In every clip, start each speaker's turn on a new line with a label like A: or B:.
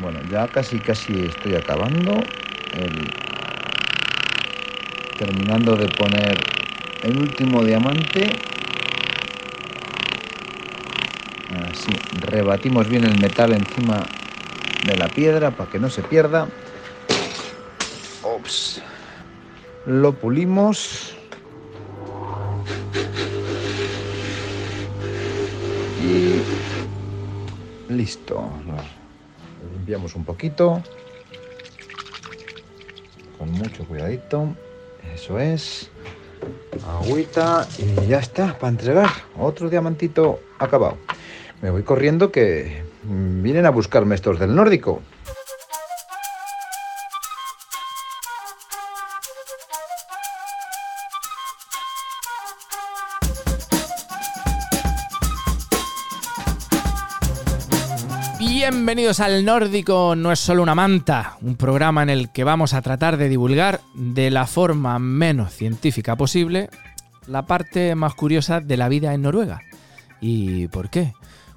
A: Bueno, ya casi casi estoy acabando. el- Terminando de poner el último diamante. Así, Ah, rebatimos bien el metal encima de la piedra para que no se pierda. Ops. Lo pulimos. Y listo. Lo limpiamos un poquito. Con mucho cuidadito. Eso es. Agüita y ya está para entregar. Otro diamantito acabado. Me voy corriendo que mm, vienen a buscarme estos del nórdico.
B: Bienvenidos al Nórdico No es solo una manta, un programa en el que vamos a tratar de divulgar de la forma menos científica posible la parte más curiosa de la vida en Noruega. ¿Y por qué?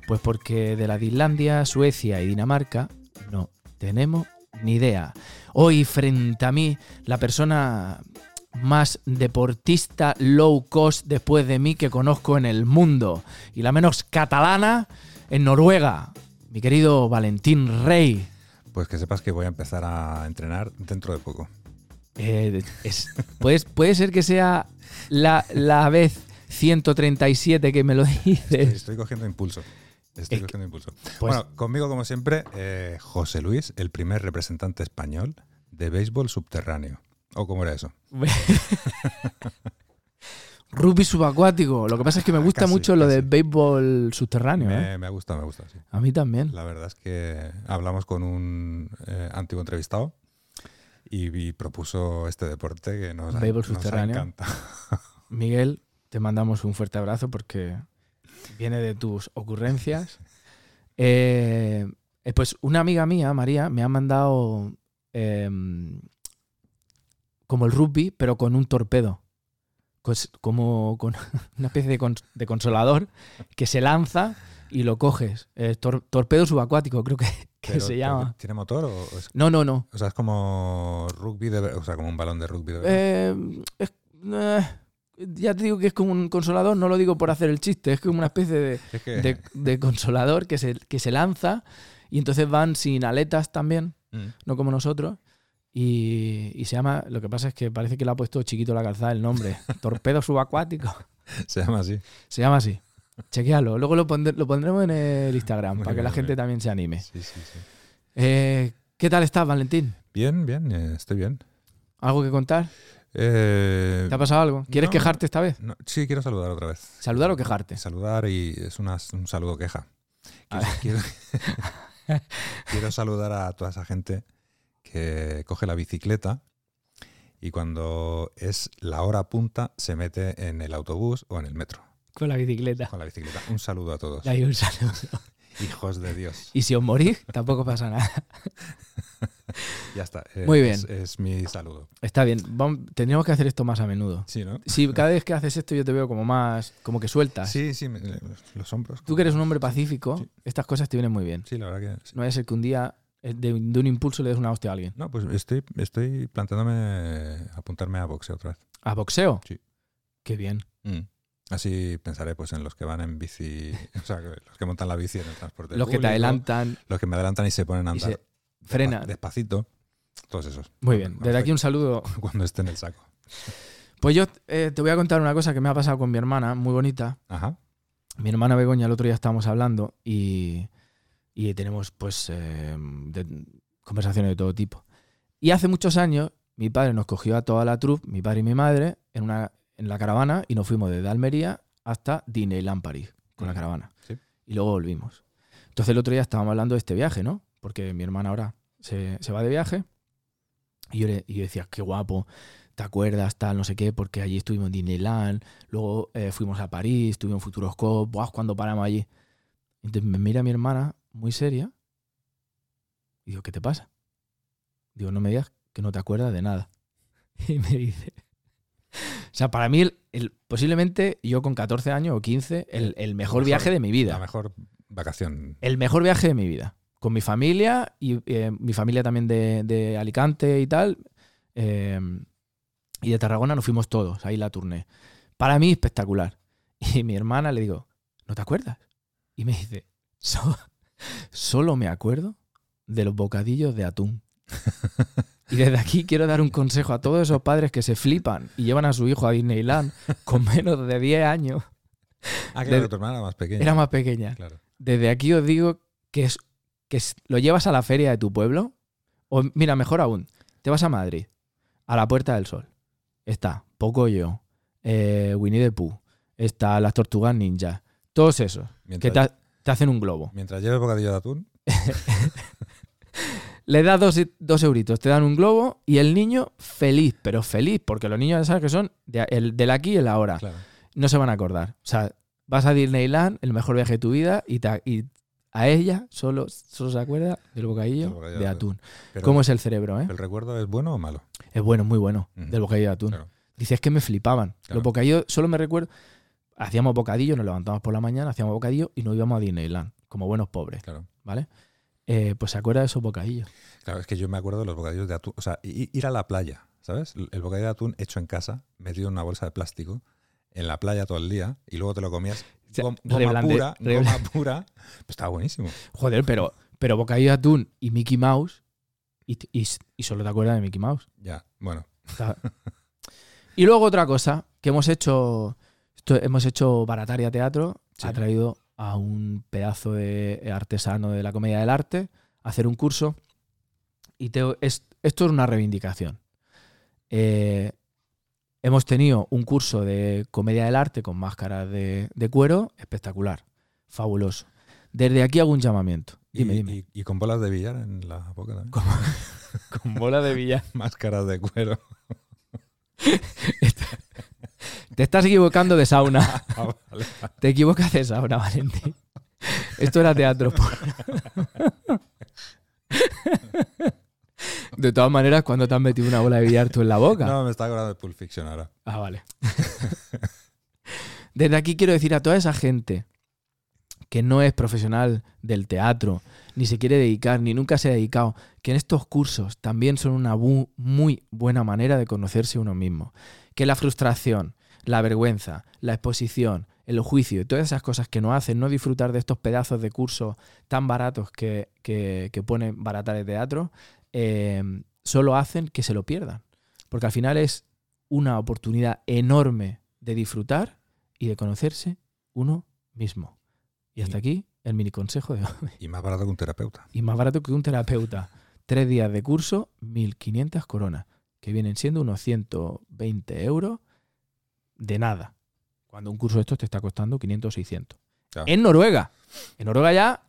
B: Pues porque de la de Islandia, Suecia y Dinamarca no tenemos ni idea. Hoy frente a mí la persona más deportista low cost después de mí que conozco en el mundo y la menos catalana en Noruega. Mi querido Valentín Rey.
C: Pues que sepas que voy a empezar a entrenar dentro de poco.
B: Eh, es- puedes- puede ser que sea la, la vez 137 que me lo
C: Estoy,
B: dices.
C: estoy cogiendo impulso. Estoy
B: Es que-
C: cogiendo impulso.
B: pues-
C: bueno, conmigo, como siempre, eh, José Luis, el primer representante español de béisbol subterráneo. ¿O cómo era eso?
B: Rugby subacuático. Lo que pasa es que me gusta
C: Casi,
B: mucho lo
C: casi.
B: de béisbol subterráneo. ¿eh?
C: Me, me ha gustado, me ha gustado. sí.
B: A mí también.
C: La verdad es que hablamos con un eh, antiguo entrevistado y, y propuso este deporte que nos, ha-
B: Béisbol
C: nos ha
B: subterráneo.
C: encantado.
B: Miguel, te mandamos un fuerte abrazo porque viene de tus ocurrencias. Eh, eh, pues una amiga mía, María, me ha mandado em, como el rugby, pero con un torpedo. Cos- como con una especie de, cons- de consolador que se lanza y lo coges. Eh, tor- torpedo subacuático, creo que, que
C: Pero,
B: se
C: ¿pero
B: llama.
C: ¿Tiene motor o, o es,
B: No, no, no.
C: o sea, es como rugby, de ver- o sea, como un balón de rugby? De verdad?
B: Eh, es- eh, ya te digo que es como un consolador, no lo digo por hacer el chiste, es como una especie de,
C: Es que-
B: de- de consolador que se, que se lanza y entonces van sin aletas también,
C: Mm.
B: no como nosotros. Y, y se llama, lo que pasa es que parece que le ha puesto chiquito la calzada el nombre, torpedo subacuático.
C: Se llama así.
B: Se llama así. Chequéalo, luego lo, pondr- lo pondremos en el Instagram
C: Muy
B: para que
C: bien,
B: la
C: muy
B: gente
C: bien.
B: también se anime.
C: Sí, sí, sí.
B: Eh, ¿Qué tal estás, Valentín?
C: Bien, bien, eh, estoy bien.
B: ¿Algo que contar?
C: Eh,
B: ¿Te ha pasado algo? ¿Quieres
C: no.
B: quejarte esta vez?
C: no, sí, quiero saludar otra vez.
B: ¿Saludar o quejarte?
C: Saludar y es una- un saludo queja.
B: A Ah.
C: Quiero, quiero, quiero saludar a toda esa gente que coge la bicicleta y cuando es la hora punta se mete en el autobús o en el metro
B: Con la bicicleta.
C: con la bicicleta. Un saludo a todos.
B: De ahí Pues un saludo.
C: Hijos de Dios.
B: Y si os morís, tampoco pasa nada.
C: Ya está. eh,
B: Muy bien.
C: Es, es mi saludo.
B: Está bien, vamos- tendríamos que hacer esto más a menudo.
C: Sí, ¿no?
B: Si cada vez que haces esto yo te veo como más, como que sueltas.
C: Sí, sí, me- los hombros.
B: Tú que eres un hombre pacífico,
C: Sí.
B: estas cosas te vienen muy bien.
C: Sí, la verdad que sí.
B: No vaya a ser que un día eh, de, un- de un impulso le des una hostia a alguien.
C: No, pues estoy, estoy planteándome apuntarme a boxeo otra vez.
B: ¿A boxeo?
C: Sí.
B: Qué bien.
C: Así pensaré pues en los que van en bici, o sea, que los que montan la bici en el transporte.
B: Los que te
C: público,
B: adelantan,
C: Los que me adelantan y se ponen a
B: Y
C: andar
B: se frenan.
C: despacito. Todos esos.
B: Muy bien,
C: Cuando-
B: desde aquí un saludo.
C: Cuando esté en el saco.
B: Pues yo eh, te voy a contar una cosa que me ha pasado con mi hermana, muy bonita.
C: Ajá.
B: mi hermana Begoña el otro día estábamos hablando y, y tenemos pues eh, de- conversaciones de todo tipo. Y hace muchos años mi padre nos cogió a toda la troupe, mi padre y mi madre, en, una, en la caravana y nos fuimos desde Almería hasta Disneyland París con la
C: Ujú,
B: caravana.
C: sí.
B: Y luego volvimos. Entonces el otro día estábamos hablando de este viaje, ¿no? Porque mi hermana ahora se, se va de viaje y yo, le, y yo decía, qué guapo, ¿te acuerdas? Tal, no sé qué, porque allí estuvimos en Disneyland, luego eh, fuimos a París, estuvimos en Futuroscope, ¡buah! cuando paramos allí. Entonces me mira mi hermana muy seria y digo, ¿qué te pasa? Digo, no me digas que no te acuerdas de nada. Y me dice... O sea, para mí, el, el- posiblemente yo con 14 años o 15, el, el mejor
C: mejor-
B: viaje de mi vida.
C: La mejor vacación.
B: El mejor viaje de mi vida. con mi familia y eh, mi familia también de, de Alicante y tal. eh, y de Tarragona nos fuimos todos, ahí la turné. Para mí espectacular. Y mi hermana le digo, ¿no te acuerdas? Y me dice, "So- solo me acuerdo de los bocadillos de atún. Y desde aquí quiero dar un consejo a todos esos padres que se flipan y llevan a su hijo a Disneyland con menos de 10 años.
C: Ah, claro,
B: Eh, de-
C: tu hermana era más pequeña.
B: Era más pequeña
C: Claro.
B: desde aquí os digo que, es, que es- lo llevas a la feria de tu pueblo, o mira, mejor aún, te vas a Madrid, a la Puerta del Sol. Está Pocoyo, eh, Winnie the Pooh, está las Tortugas Ninja, todos esos, que
C: Mientras,
B: te, ha- te hacen un globo.
C: mientras lleves bocadillo de atún,
B: Le das dos, dos euritos, te dan un globo y el niño feliz, pero feliz, porque los niños ya sabes que son de- el, del aquí y el ahora.
C: claro.
B: no se van a acordar. O sea, vas a Disneyland, el mejor viaje de tu vida, y, ta- y a ella solo, solo se acuerda del bocadillo
C: Del bocadillo
B: de
C: de-
B: atún.
C: Pero,
B: ¿Cómo es el cerebro, eh?
C: ¿El recuerdo es bueno o malo?
B: Es bueno, muy bueno,
C: Ujú.
B: del bocadillo de atún.
C: Claro.
B: Dices que me flipaban.
C: Claro.
B: Los bocadillos, solo me recuerdo, hacíamos bocadillo, nos levantábamos por la mañana, hacíamos bocadillo y nos íbamos a Disneyland, como buenos pobres,
C: Claro.
B: ¿vale? Eh, pues se acuerda de esos bocadillos.
C: Claro, es que yo me acuerdo de los bocadillos de atún. O sea, i- ir a la playa, ¿sabes? El bocadillo de atún hecho en casa, metido en una bolsa de plástico, en la playa todo el día, y luego te lo comías
B: O sea,
C: gom- goma
B: reblande-
C: pura,
B: reblande-
C: goma pura. Pues estaba buenísimo.
B: Joder, pero, pero bocadillo de atún y Mickey Mouse, y, t- y s- y solo te acuerdas de Mickey Mouse.
C: Ya, bueno.
B: Está- Y luego otra cosa que hemos hecho, esto- hemos hecho Barataria Teatro,
C: Sí.
B: ha traído a un pedazo de artesano de la comedia del arte a hacer un curso. Y te- es- esto es una reivindicación. Eh, hemos tenido un curso de comedia del arte con máscaras de, de cuero, espectacular, fabuloso. Desde aquí hago un llamamiento. Dime,
C: y,
B: dime.
C: y- y con bolas de billar en la boca también.
B: Con- con bola de billar.
C: Máscaras de cuero.
B: Te estás equivocando de sauna.
C: Ah, vale.
B: Te equivocas de sauna, Valentín. Esto era teatro. puro. De todas maneras, cuando te has metido una bola de billar tú en la boca.
C: No, me está acordando de Pulp Fiction ahora.
B: Ah, vale. Desde aquí quiero decir a toda esa gente que no es profesional del teatro, ni se quiere dedicar, ni nunca se ha dedicado, que en estos cursos también son una bu- muy buena manera de conocerse uno mismo. Que la frustración, la vergüenza, la exposición, el juicio y todas esas cosas que nos hacen no disfrutar de estos pedazos de cursos tan baratos que, que, que ponen baratar el teatro, eh, solo hacen que se lo pierdan. Porque al final es una oportunidad enorme de disfrutar y de conocerse uno mismo. Y hasta aquí el mini consejo de hoy.
C: Y más barato que un terapeuta.
B: Y más barato que un terapeuta. Tres días de curso, 1.500 coronas, que vienen siendo unos 120 euros de nada. Cuando un curso de estos te está costando 500 o 600.
C: Claro.
B: En Noruega. En Noruega ya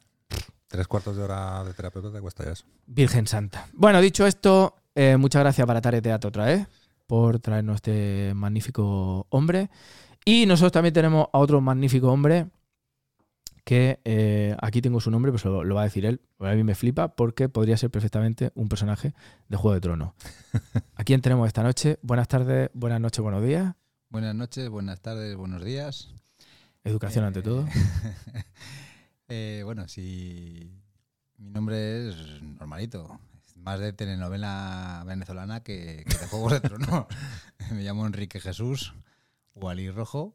C: Tres cuartos de hora de terapeuta te cuesta ya eso.
B: Virgen Santa. Bueno, dicho esto, eh, muchas gracias para Tare Teatro otra vez por traernos este magnífico hombre. Y nosotros también tenemos a otro magnífico hombre que eh, aquí tengo su nombre, pues lo, lo va a decir él. A mí me flipa porque podría ser perfectamente un personaje de Juego de Tronos. ¿A quién tenemos esta noche? Buenas tardes, buenas noches, buenos días.
D: Buenas noches, buenas tardes, buenos días.
B: Educación
D: Eh,
B: ante todo.
D: eh, bueno, si mi nombre es normalito, es más de telenovela venezolana que, que de Juegos de Tronos. Me llamo Enrique Jesús Walí Rojo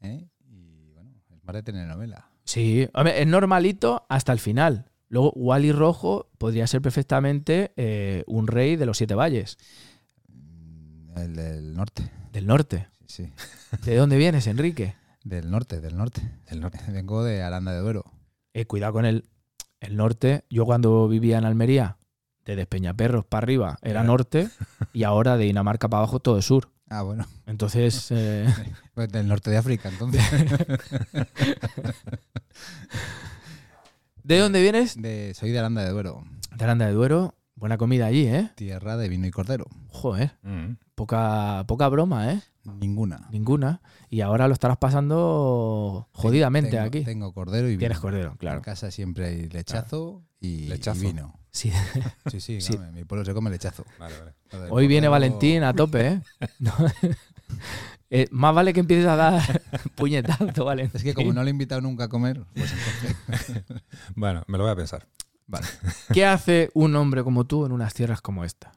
D: ¿eh? y bueno, es más de telenovela.
B: Sí, hombre, es normalito hasta el final. Luego, Wally Rojo podría ser perfectamente eh, un rey de los siete valles,
D: Mm, El del norte,
B: del norte.
D: sí, sí,
B: ¿De dónde vienes, Enrique?
D: del norte, del norte.
C: El norte.
D: Vengo de Aranda de Duero.
B: Eh, cuidado con el, el norte. Yo cuando vivía en Almería, de Despeñaperros para arriba era
C: Claro.
B: norte y ahora de Dinamarca para abajo todo es sur.
D: Ah, bueno,
B: Entonces, eh,
D: pues del norte de África, entonces.
B: ¿de dónde vienes?
D: De- soy de Aranda de Duero,
B: De Aranda de Duero. Buena comida allí, ¿eh?
D: tierra de vino y cordero.
B: Joder,
C: Mm.
B: poca, poca broma, ¿eh?
D: Ninguna.
B: Ninguna. Y ahora lo estarás pasando jodidamente
D: tengo,
B: aquí.
D: Tengo cordero y vino.
B: Tienes cordero, claro.
D: En casa siempre hay lechazo, y,
C: Lechazo.
D: y vino.
B: Sí.
D: Sí, sí,
B: Sí.
D: claro, en mi pueblo se come lechazo.
C: Vale, vale.
D: Lo del
B: Hoy viene
D: cordero-
B: Valentín a tope, ¿eh? No. Eh, más vale que empieces a dar puñetazo, Valentín.
D: Es que como no le he invitado nunca a comer, pues entonces-
C: Bueno, me lo voy a pensar.
D: Vale.
B: ¿Qué hace un hombre como tú en unas tierras como esta?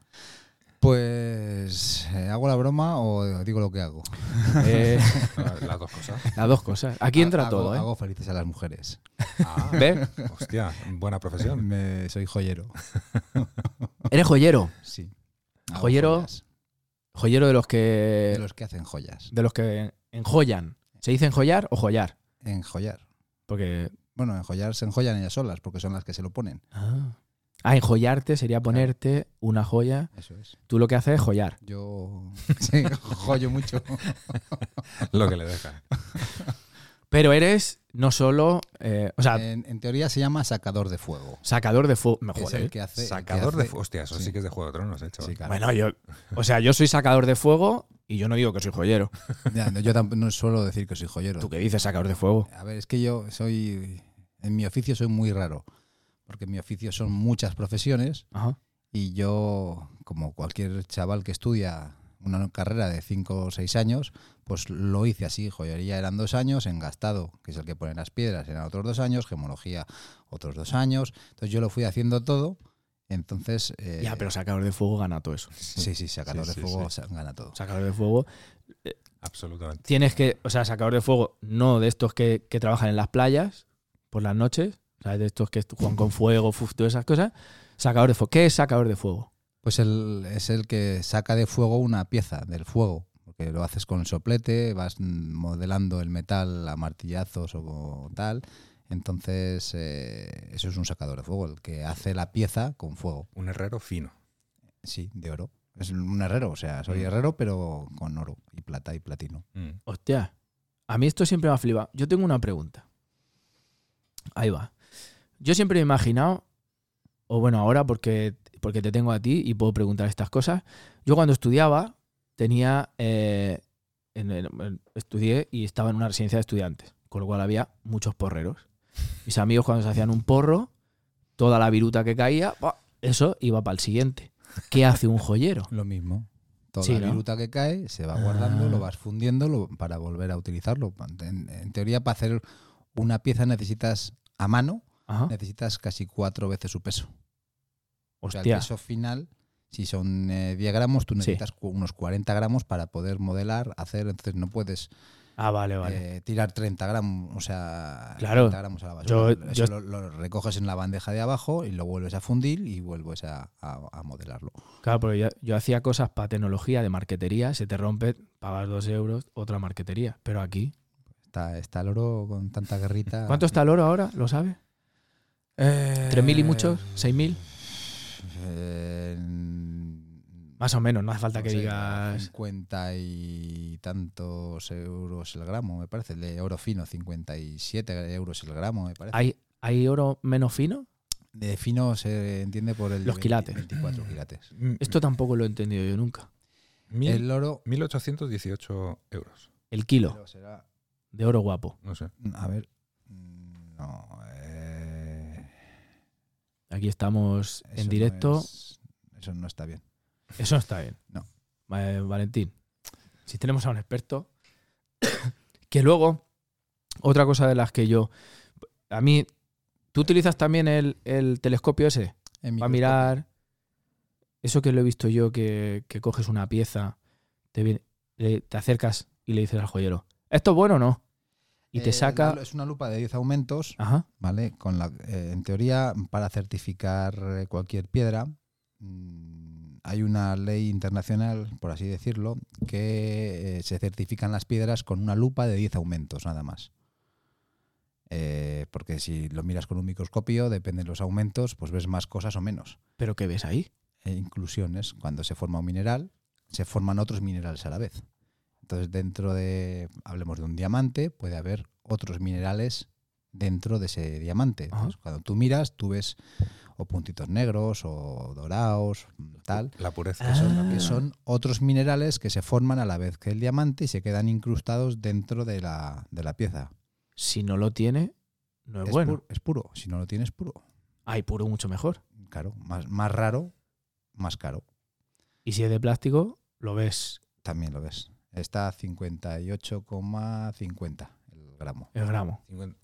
D: Pues eh, hago la broma o digo lo que hago.
B: Eh,
C: Las dos cosas.
B: las dos cosas. Aquí entra
D: Ha- hago-
B: todo, ¿eh?
D: Hago felices a las mujeres.
C: Ah,
B: ¿Ves?
C: hostia, buena
D: ¿Ah,
C: profesión.
D: Me- soy joyero.
B: Eres joyero.
D: Sí.
B: Joyero Eh.
D: joyas.
B: Joyero de los
D: De
B: que.
D: los que hacen joyas.
B: De los que enjoyan. ¿Se dice enjoyar o joyar?
D: Enjollar.
B: Porque.
D: Bueno, enjollar se enjollan ellas solas porque son las que se lo ponen.
B: Ah, enjoyarte sería ponerte una joya.
D: Eso es.
B: Tú lo que haces es joyar.
D: Yo sí, joyo mucho.
C: Lo que le dejan.
B: Pero eres no solo. eh, o sea,
D: En, en teoría se llama sacador de fuego.
B: sacador de fuego. ¿eh?
D: que es
B: Mejor.
D: el que hace. el que
C: Ah, Sacador de
D: hace-
C: fuego. Hostia, eso sí.
D: Sí.
C: que es de Juego de Tronos, ¿eh, chaval?
D: Sí, claro.
B: Bueno, yo. O sea, yo soy sacador de fuego y yo no digo que soy joyero.
D: Ya, no, yo tamp- no suelo decir que soy joyero.
B: ¿Tú qué dices, sacador de fuego?
D: A ver, es que yo soy. En mi oficio soy muy raro. Porque en mi oficio son muchas profesiones
B: Ajá.
D: y yo, como cualquier chaval que estudia una carrera de 5 o 6 años, pues lo hice así. Joyería eran dos años, engastado, que es el que pone las piedras, eran otros dos años, gemología otros dos años. Entonces yo lo fui haciendo todo. Entonces. eh,
B: ya, pero sacador de fuego gana todo eso.
D: Sí, sí, sacador
C: Sí,
D: de
C: sí,
D: fuego
C: sí.
D: sa- gana todo.
B: Sacador de fuego
C: Absolutamente.
B: tienes que, o sea, sacador de fuego, no de estos que, que trabajan en las playas por las noches, o sea, de estos que juegan con fuego, fuf, todas esas cosas. Sacador de fuego. ¿Qué es sacador de fuego?
D: Pues el, es el que saca de fuego una pieza del fuego, porque lo haces con soplete, vas mm, modelando el metal a martillazos o co- tal. Entonces, eh, eso es un sacador de fuego, el que hace la pieza con fuego,
C: Un herrero fino.
D: sí, de oro. Es un herrero, o sea, soy
C: Mm.
D: herrero, pero con oro y plata y platino.
C: Mm.
B: Hostia, a mí esto siempre me ha flipado. Yo tengo una pregunta. Ahí va. Yo siempre me he imaginado, o bueno, ahora porque, porque te tengo a ti y puedo preguntar estas cosas. Yo cuando estudiaba, tenía. eh, en- en- en- estudié y estaba en una residencia de estudiantes, con lo cual había muchos porreros. Mis amigos, cuando se hacían un porro, toda la viruta que caía, ¡buah! eso iba para el siguiente. ¿Qué hace un joyero?
D: Lo mismo. Toda
B: Sí,
D: la
B: ¿no?
D: viruta que cae se va guardando,
B: Ah.
D: lo vas fundiendo lo- para volver a utilizarlo. En- en teoría, para hacer una pieza necesitas a mano
B: Ajá.
D: necesitas casi cuatro veces su peso. O sea, el
B: Hostia.
D: peso final, si son eh, 10 gramos, tú necesitas cu- unos 40 gramos para poder modelar, hacer, entonces no puedes
B: Ah, vale, vale.
D: eh, tirar 30 gramos, o sea,
B: Claro.
D: 30 gramos a la basura.
B: Yo-
D: Eso
B: yo-
D: lo, lo recoges en la bandeja de abajo y lo vuelves a fundir y vuelves a, a- a modelarlo.
B: Claro, pero yo, yo hacía cosas para tecnología de marquetería, se te rompe, pagas dos euros, otra marquetería. Pero aquí.
D: Está, está el oro con tanta guerrita.
B: ¿Cuánto está el oro ahora? ¿Lo sabes? ¿Tres mil y muchos? ¿Seis mil?
D: Eh,
B: Más o menos, no hace falta
D: no
B: que
D: sé,
B: digas.
D: 50 y tantos euros el gramo, me parece. El de oro fino, 57 euros el gramo, me parece.
B: ¿Hay, ¿Hay oro menos fino?
D: De fino se entiende por el.
B: Los
D: de
B: quilates.
D: 24 quilates.
C: Mm,
B: Esto tampoco lo he entendido yo nunca.
C: mil-
D: El oro.
C: 1818 euros.
B: El kilo
D: pero será-
B: de oro guapo.
C: No sé.
D: A ver. mm, No. eh,
B: Aquí estamos
D: eso
B: en
D: no
B: directo.
D: es- eso no está bien.
B: Eso no está bien.
D: No.
B: Eh, Valentín, si tenemos a un experto, que luego, otra cosa de las que yo, a mí, ¿tú utilizas también el, el telescopio ese
D: En
B: para
D: microscopio.
B: mirar eso que lo he visto yo, que, que coges una pieza, te, viene- le- te acercas y le dices al joyero, ¿esto es bueno o no? Y te
D: Eh,
B: saca...
D: la- Es una lupa de 10 aumentos.
B: Ajá,
D: ¿vale? Con la, eh, en teoría, para certificar eh, cualquier piedra, mm, hay una ley internacional, por así decirlo, que eh, se certifican las piedras con una lupa de 10 aumentos nada más. Eh, porque si lo miras con un microscopio, depende de los aumentos, pues ves más cosas o menos.
B: pero ¿qué ves ahí?
D: E inclusiones, cuando se forma un mineral, se forman otros minerales a la vez. Entonces, dentro de, hablemos de un diamante, puede haber otros minerales dentro de ese diamante.
B: Ajá.
D: Entonces, cuando tú miras, tú ves o puntitos negros o dorados, tal,
C: La pureza.
B: Ah.
D: que son, que son otros minerales que se forman a la vez que el diamante y se quedan incrustados dentro de la, de la pieza.
B: Si no lo tiene, no es, bueno.
D: pu- es puro, si no lo tienes puro.
B: Hay puro mucho mejor.
D: Claro, más, más raro, más caro.
B: Y si es de plástico, lo ves
D: También lo ves. Está a 58,50 el gramo.
B: el gramo.
C: 50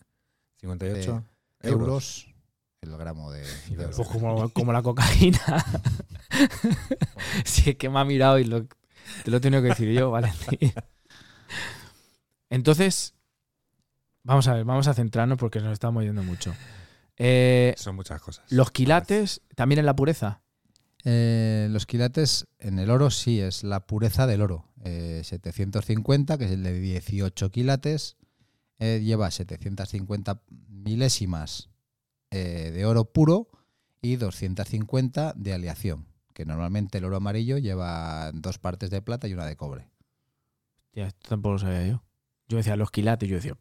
C: 58
D: Euros. el gramo de, de oro.
B: Pues como, como la cocaína. si es que me ha mirado y lo, te lo he tenido que decir yo, Valentín. Entonces, vamos a ver, vamos a centrarnos porque nos estamos yendo mucho. Eh,
C: Son muchas cosas.
B: los quilates, también en la pureza.
D: Eh, los quilates en el oro sí, es la pureza del oro. Eh, 750, que es el de 18 quilates, eh, lleva 750 milésimas eh, de oro puro y 250 de aleación, que normalmente el oro amarillo lleva dos partes de plata y una de cobre.
B: Tía, esto tampoco lo sabía yo. Yo decía los quilates, yo decía,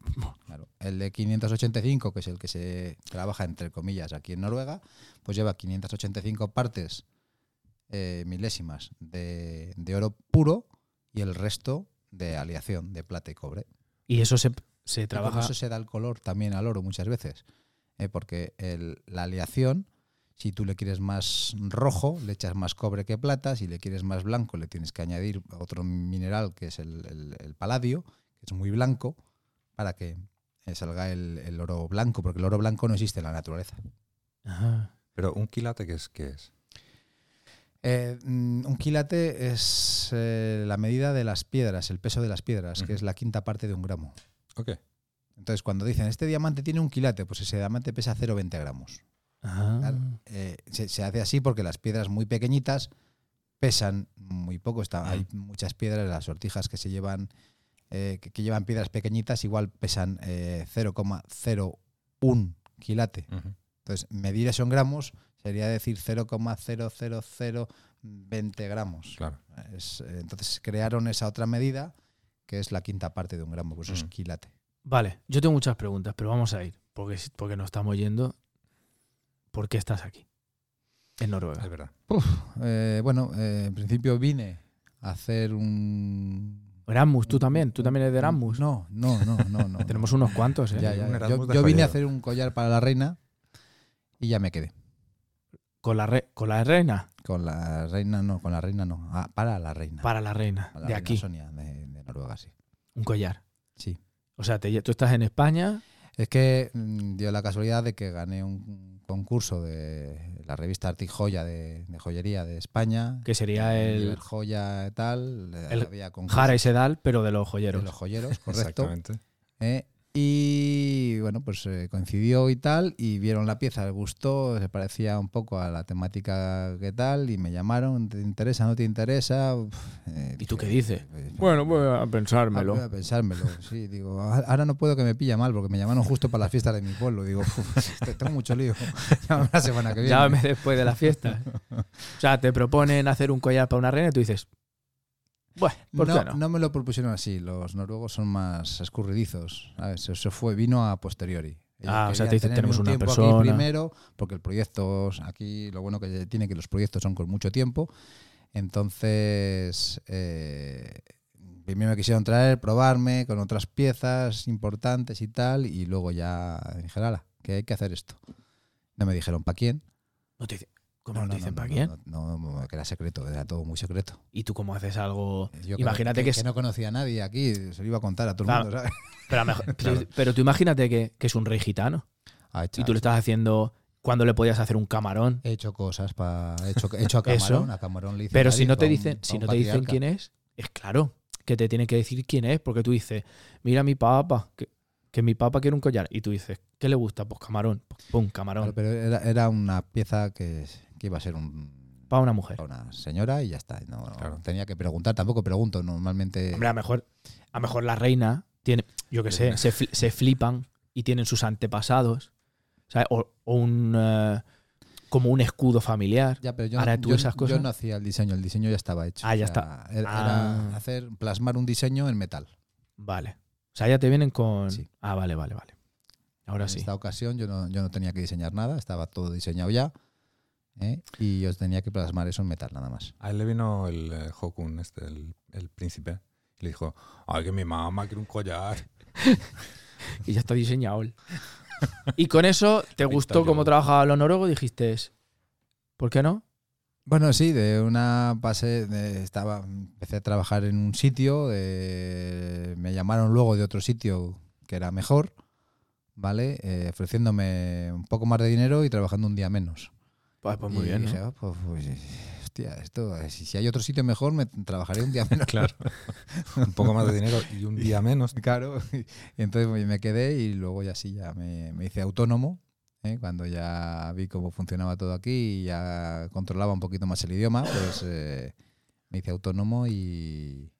D: Claro. El de 585, que es el que se trabaja entre comillas aquí en Noruega, pues lleva 585 partes eh, milésimas de, de oro puro y el resto de aleación de plata y cobre.
B: y eso se, se
D: Y como
B: trabaja.
D: Eso se da el color también al oro muchas veces, eh, porque el- la aleación, si tú le quieres más rojo, le echas más cobre que plata, si le quieres más blanco, le tienes que añadir otro mineral que es el, el- el paladio, que es muy blanco, para que eh, salga el, el oro blanco, porque el oro blanco no existe en la naturaleza.
B: Ajá.
C: Pero un quilate, ¿qué es? ¿Qué es?
D: Eh, mm, un quilate es eh, la medida de las piedras, el peso de las piedras, que
C: Ujú.
D: es la quinta parte de un gramo.
C: Ok.
D: Entonces, cuando dicen, este diamante tiene un quilate, pues ese diamante pesa 0,20 gramos.
B: Ah.
D: Claro. eh, se, se hace así porque las piedras muy pequeñitas pesan muy poco. Está, hay
C: Mm.
D: muchas piedras, las sortijas que se llevan, eh, que, que llevan piedras pequeñitas, igual pesan eh, 0,01 quilate.
C: Ujú.
D: Entonces, medir eso en gramos sería decir 0,00020 gramos.
C: Claro.
D: Es, eh, entonces crearon esa otra medida que es la quinta parte de un gramo, pues eso
C: Mm.
D: es quilate.
B: Vale, yo tengo muchas preguntas, pero vamos a ir, porque, porque nos estamos yendo. ¿Por qué estás aquí? En
C: Es
B: Noruega.
C: verdad.
D: Eh, bueno, eh, en principio vine a hacer un,
B: Erasmus, tú también, tú también eres de Erasmus.
D: No, no, no, no. no.
B: Tenemos unos cuantos, ¿eh?
D: Ya, ya,
C: Un
D: ya.
C: Erasmus
D: Yo, yo
C: despedido.
D: vine a hacer un collar para la reina y ya me quedé.
B: Con, la re- con la reina.
D: Con la reina, no, con la reina no. Ah, para la reina.
B: Para la reina,
D: Para la
B: de
D: reina
B: aquí.
D: Sonia, de, de Noruega, sí.
B: Un collar.
D: Sí.
B: O sea, te lle- tú estás en España.
D: Es que mm, dio la casualidad de que gané un concurso de la revista Artijoya de, de joyería de España.
B: Que sería el-
D: Oliver Joya tal.
B: el
D: había concurso
B: Jara y Sedal, pero de los
D: de
B: joyeros.
D: los joyeros, correcto.
C: Exactamente.
D: ¿eh? Y bueno, pues eh, coincidió y tal, y vieron la pieza, les gustó, se parecía un poco a la temática que tal, y me llamaron, ¿te interesa, no te interesa? Uf, eh,
B: ¿Y tú qué
D: dije,
B: dices?
D: pues,
B: Bueno, voy a
D: ah, voy a
B: pensármelo.
D: pensármelo, sí, digo, "Ah, ahora no puedo que me pilla mal, porque me llamaron justo para las fiestas de mi pueblo, digo, "Uf, tengo mucho lío, llámame la semana que viene.
B: Llámame después de la fiesta. O sea, te proponen hacer un collar para una reina y tú dices, bueno, ¿por
D: no,
B: qué no?
D: no me lo propusieron así. Los noruegos son más escurridizos. ¿sabes? Eso fue, vino a posteriori. Ellos
B: Ah, o sea,
D: querían
B: te dicen,
D: tenerme
B: tenemos
D: un
B: una
D: tiempo aquí
B: persona.
D: primero, porque el proyecto, es- aquí lo bueno que tiene que los proyectos son con mucho tiempo. Entonces, eh, primero me quisieron traer, probarme con otras piezas importantes y tal, y luego ya dije, ala, que hay que hacer esto. No me dijeron para quién.
B: No te dicen, ¿Cómo
D: No,
B: no
D: no,
B: te dicen
D: no,
B: para
D: no,
B: quién?
D: no, no, que era secreto, era todo muy secreto.
B: ¿Y tú cómo haces algo?
D: Yo que-
B: imagínate que,
D: que,
B: es-
D: que no conocía a nadie aquí, se lo iba a contar a todo el
B: Claro.
D: mundo, ¿sabes?
B: pero, a lo mejor- pero- pero tú imagínate que, que es un rey gitano
D: Ah,
B: y tú le estás haciendo cuando le podías hacer un camarón.
D: He hecho cosas para. He hecho, he hecho a Camarón,
B: Eso.
D: a Camarón le hice
B: Pero
D: nadie,
B: si no
D: pa'
B: te
D: un-
B: dicen,
D: pa'
B: si
D: un
B: no te dicen
D: patriarca.
B: quién es, es claro que te tienen que decir quién es, porque tú dices, mira mi papá, que, que mi papá quiere un collar. Y tú dices, ¿qué le gusta? Pues camarón, Pues pum,
D: Claro,
B: camarón.
D: pero era, era una pieza que, es- que iba a ser un.
B: Para una mujer.
D: pa' una señora y ya está. No, no
C: Claro.
D: tenía que preguntar, tampoco pregunto. Normalmente.
B: Hombre, a lo mejor, a lo mejor la reina tiene, yo qué sé, se, fli- se flipan y tienen sus antepasados, ¿sabes? O, o un eh, como un escudo familiar.
D: Ya, pero yo,
B: Ahora
D: no-
B: tú
D: yo-
B: esas cosas.
D: yo no hacía el diseño, el diseño ya estaba hecho.
B: Ah, ya
D: O sea, Era, era
B: Ah.
D: hacer, plasmar un diseño en metal.
B: Vale. O sea, ya te vienen con.
D: Sí.
B: Ah, vale, vale, vale. Ahora
D: en
B: sí.
D: esta ocasión yo no, yo no tenía que diseñar nada, estaba todo diseñado ya. ¿eh? Y yo tenía que plasmar eso en metal, nada más.
C: A él le vino el eh, Hokun, este, el, el príncipe, y le dijo, ay, que mi mamá quiere un collar.
B: Y ya está diseñado. el- y con eso, ¿te gustó
C: yo.
B: cómo trabajaba los noruegos? Dijiste, ¿por qué no?
D: Bueno, sí, de una pasé, de- estaba, empecé a trabajar en un sitio, eh, me llamaron luego de otro sitio que era mejor, ¿vale? Eh, ofreciéndome un poco más de dinero y trabajando un día menos.
B: Pues, pues muy
D: Y
B: bien. ¿no?
D: dije, "Ah, pues, pues, hostia, esto, eh, si, si hay otro sitio mejor, me trabajaré un día menos.
C: Claro. un poco más de dinero y un día menos.
D: Claro, y entonces pues, me quedé y luego ya sí, ya me, me hice autónomo, ¿eh? cuando ya vi cómo funcionaba todo aquí y ya controlaba un poquito más el idioma, pues eh, me hice autónomo y,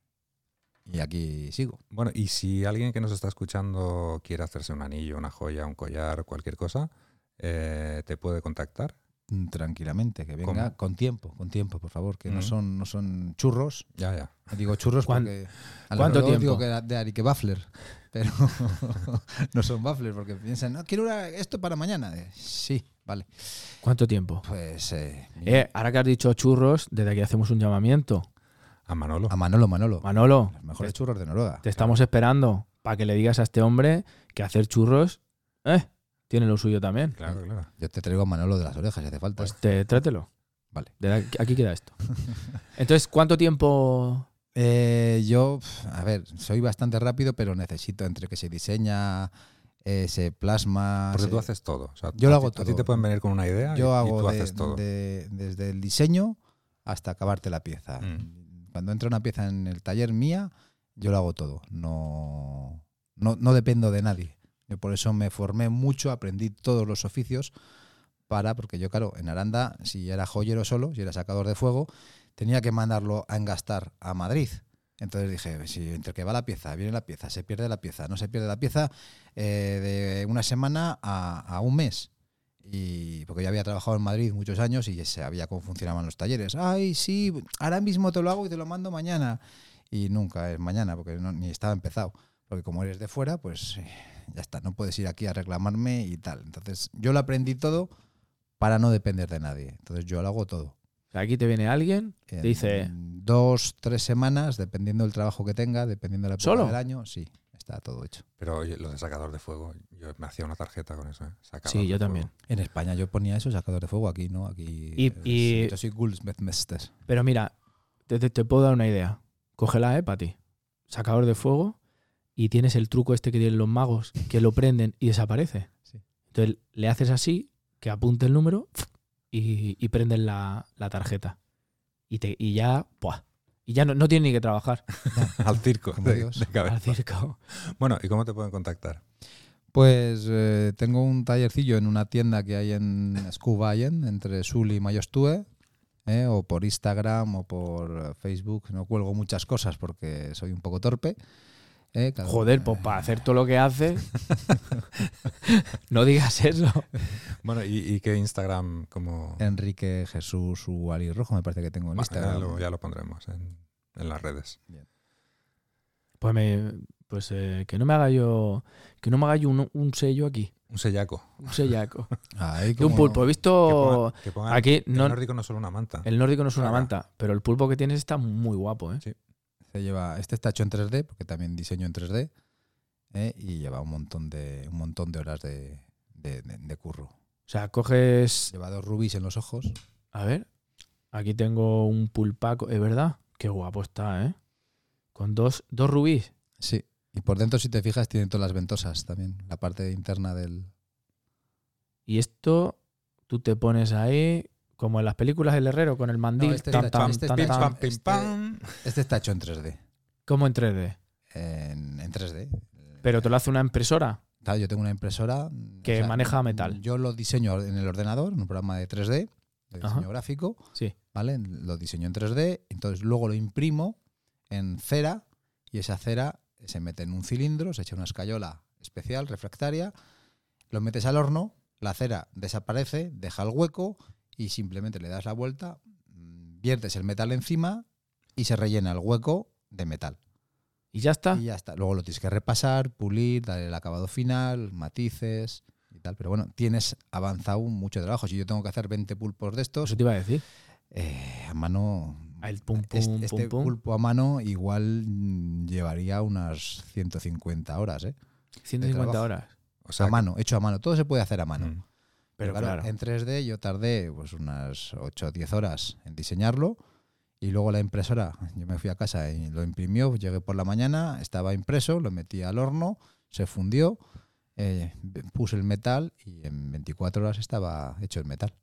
D: y aquí sigo.
C: Bueno, y si alguien que nos está escuchando quiere hacerse un anillo, una joya, un collar, cualquier cosa, eh, te puede contactar.
D: Mm, Tranquilamente, que venga
C: ¿Cómo?
D: con tiempo, con tiempo, por favor, que no,
C: Ujú.
D: son, no son churros.
C: Ya, ya.
D: Digo churros
B: Mm. ¿Cuán-
D: porque al
B: cuánto
D: reloj
B: tiempo?
D: digo que era de Ari que Baffler, pero no son Baffler porque piensan, no, quiero una- esto para mañana. Eh, sí, vale.
B: ¿Cuánto tiempo?
D: Pues eh,
B: Eh, ahora que has dicho churros, desde aquí hacemos un llamamiento.
C: A Manolo.
D: a Manolo, Manolo.
B: Manolo,
D: los mejores churros de Noruega.
B: te estamos esperando para que le digas a este hombre que hacer churros eh, tiene lo suyo también.
C: Claro, claro.
D: Yo te traigo a Manolo de las orejas si hace falta.
B: Pues te, trátelo.
D: Vale.
B: De aquí, aquí queda esto. Entonces, ¿cuánto tiempo?
D: Eh, yo, pf, a ver, soy bastante rápido, pero necesito entre que se diseña, eh, se plasma.
C: Porque
D: se-
C: tú haces todo. o sea,
D: Yo lo
C: a
D: hago
C: ti- A ti
D: todo.
C: te pueden venir con una idea y-
D: Yo
C: y,
D: hago
C: tú
D: de-
C: haces todo.
D: de- desde el diseño hasta acabarte la pieza.
C: Mm.
D: Cuando entra una pieza en el taller mía, yo lo hago todo. No, no, no dependo de nadie. Yo por eso me formé mucho, aprendí todos los oficios para, porque yo, claro, en Aranda, si era joyero solo, si era sacador de fuego, tenía que mandarlo a engastar a Madrid. Entonces dije, si entre que va la pieza, viene la pieza, se pierde la pieza, no se pierde la pieza, eh, de una semana a, a un mes. Y porque yo había trabajado en Madrid muchos años y ya sabía cómo funcionaban los talleres. Ay, sí, ahora mismo te lo hago y te lo mando mañana. Y nunca es mañana, porque no- ni estaba empezado. Porque como eres de fuera, pues eh, ya está, no puedes ir aquí a reclamarme y tal. Entonces yo lo aprendí todo para no depender de nadie. Entonces yo lo hago todo.
B: O sea, aquí te viene alguien, te
D: En
B: dice, eh.
D: Dos, tres semanas, dependiendo del trabajo que tenga, dependiendo de la época
B: ¿Solo?
D: del año, sí, está todo hecho.
C: Pero oye, lo de sacador de fuego, yo me hacía una tarjeta con eso. ¿eh? Sacador
B: Sí,
C: de
B: yo
C: fuego.
B: también.
D: En España yo ponía eso, sacador de fuego, aquí no, aquí...
B: Y-
D: es-
B: y-
D: yo soy Guldsmithmeister.
B: pero mira, te, te- te puedo dar una idea. Cógela, eh, Pati. Sacador de fuego y tienes el truco este que tienen los magos, que lo prenden y desaparece.
D: Sí.
B: Entonces le haces así, que apunte el número y, y prenden la, la tarjeta. Y, te, y ya, ¡buah! Y ya no, no tienes ni que trabajar.
C: Al circo.
D: Como
C: de-
D: Dios.
C: de cabeza.
B: Al circo.
C: Bueno, ¿y cómo te pueden contactar?
D: Pues eh, tengo un tallercillo en una tienda que hay en Skubayen, entre Sul y Mayostue, eh, o por Instagram o por eh, Facebook. No cuelgo muchas cosas porque soy un poco torpe. eh, claro.
B: Joder, pues para hacer todo lo que haces. no digas eso.
C: Bueno, ¿y, y qué Instagram? Como...
D: Enrique Jesús Uali Rojo me parece que tengo en
C: Bueno, ya,
D: Instagram.
C: lo, ya lo pondremos en, en las redes.
B: Pues me. Pues eh, que no me haga yo. Que no me haga yo un, un sello aquí.
C: Un sellaco.
B: Un sellaco.
D: Ahí
B: Que un
D: como-
B: pulpo. He
C: Que
B: visto.
C: pongan- que pongan-
B: Oh, Aquí
C: que
B: no,
C: el nórdico no es solo una manta.
B: el nórdico no es una
C: Ahora.
B: manta, pero el pulpo que tienes está muy guapo, ¿eh?
D: Se lleva, este está hecho en 3D, porque también diseño en 3D, eh, y lleva un montón de, un montón de horas de, de- de- de curro.
B: O sea, coges.
D: Lleva dos rubis en los ojos.
B: A ver. Aquí tengo un pulpaco. Es verdad. Qué guapo está, ¿eh? Con dos, dos rubíes.
D: Sí. Y por dentro, si te fijas, tiene todas las ventosas también, la parte interna del...
B: Y esto tú te pones ahí, como en las películas del herrero, con el mandil.
D: este
B: tan,
D: está-
B: tan,
D: este
B: tan,
C: Pim,
D: está-
B: tan.
C: pam, pim,
D: este-
C: pam.
D: Este está hecho en 3D.
B: Como en 3D.
D: En, en 3D.
B: Pero te lo hace una impresora.
D: Claro, yo tengo una impresora...
B: Que maneja metal.
D: Yo lo diseño en el ordenador, en un programa de 3D, de diseño
B: Ajá.
D: gráfico,
B: Sí.
D: ¿vale? Lo diseño en 3D, entonces luego lo imprimo en cera y esa cera se mete en un cilindro, se echa una escayola especial, refractaria, lo metes al horno, la cera desaparece, deja el hueco y simplemente le das la vuelta, mm, viertes el metal encima y se rellena el hueco de metal.
B: Y ya está.
D: Y ya está. Luego lo tienes que repasar, pulir, darle el acabado final, matices y tal. Pero bueno, tienes avanzado mucho trabajo. Si yo tengo que hacer 20 pulpos de estos,
B: Eso te iba a decir.
D: eh, a mano.
B: El pum, pum,
D: este este
B: pum, pum.
D: pulpo a mano igual mm, llevaría unas 150 horas, ¿eh?
B: 150
D: trabajo.
B: horas.
C: O sea,
D: a mano, hecho a mano. Todo se puede hacer a mano.
C: mm.
B: Pero claro.
D: en 3D yo tardé pues unas 8 o 10 horas en diseñarlo y luego la impresora, yo me fui a casa y lo imprimió, llegué por la mañana, estaba impreso, lo metí al horno, se fundió eh, puse el metal y en 24 horas estaba hecho el metal.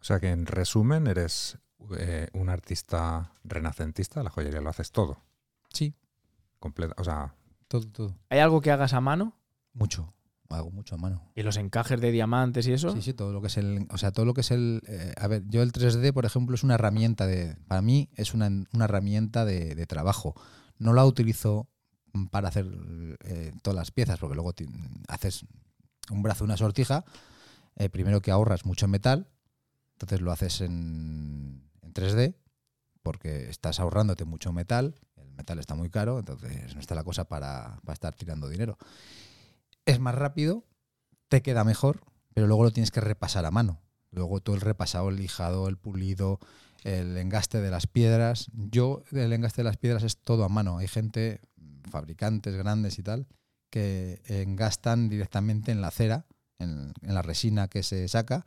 C: O sea que en resumen eres eh, un artista renacentista, la joyería lo haces todo.
D: Sí.
C: Completa, o sea,
D: Todo, todo.
B: ¿Hay algo que hagas a mano?
D: Mucho. Hago mucho a mano.
B: ¿Y los encajes de diamantes y eso?
D: Sí, sí, todo lo que es el. O sea, todo lo que es el. eh, a ver, yo el 3D, por ejemplo, es una herramienta de. Para mí es una, una herramienta de, de trabajo. No la utilizo mm, para hacer eh, todas las piezas, porque luego ti- haces un brazo, una sortija. eh, primero que ahorras mucho en metal, entonces lo haces en, en 3D, porque estás ahorrándote mucho metal. El metal está muy caro, entonces no está la cosa para, para estar tirando dinero. Es más rápido, te queda mejor, pero luego lo tienes que repasar a mano. Luego todo el repasado, el lijado, el pulido, el engaste de las piedras. Yo, el engaste de las piedras es todo a mano. Hay gente, fabricantes grandes y tal, que engastan directamente en la cera, en, en la resina que se saca.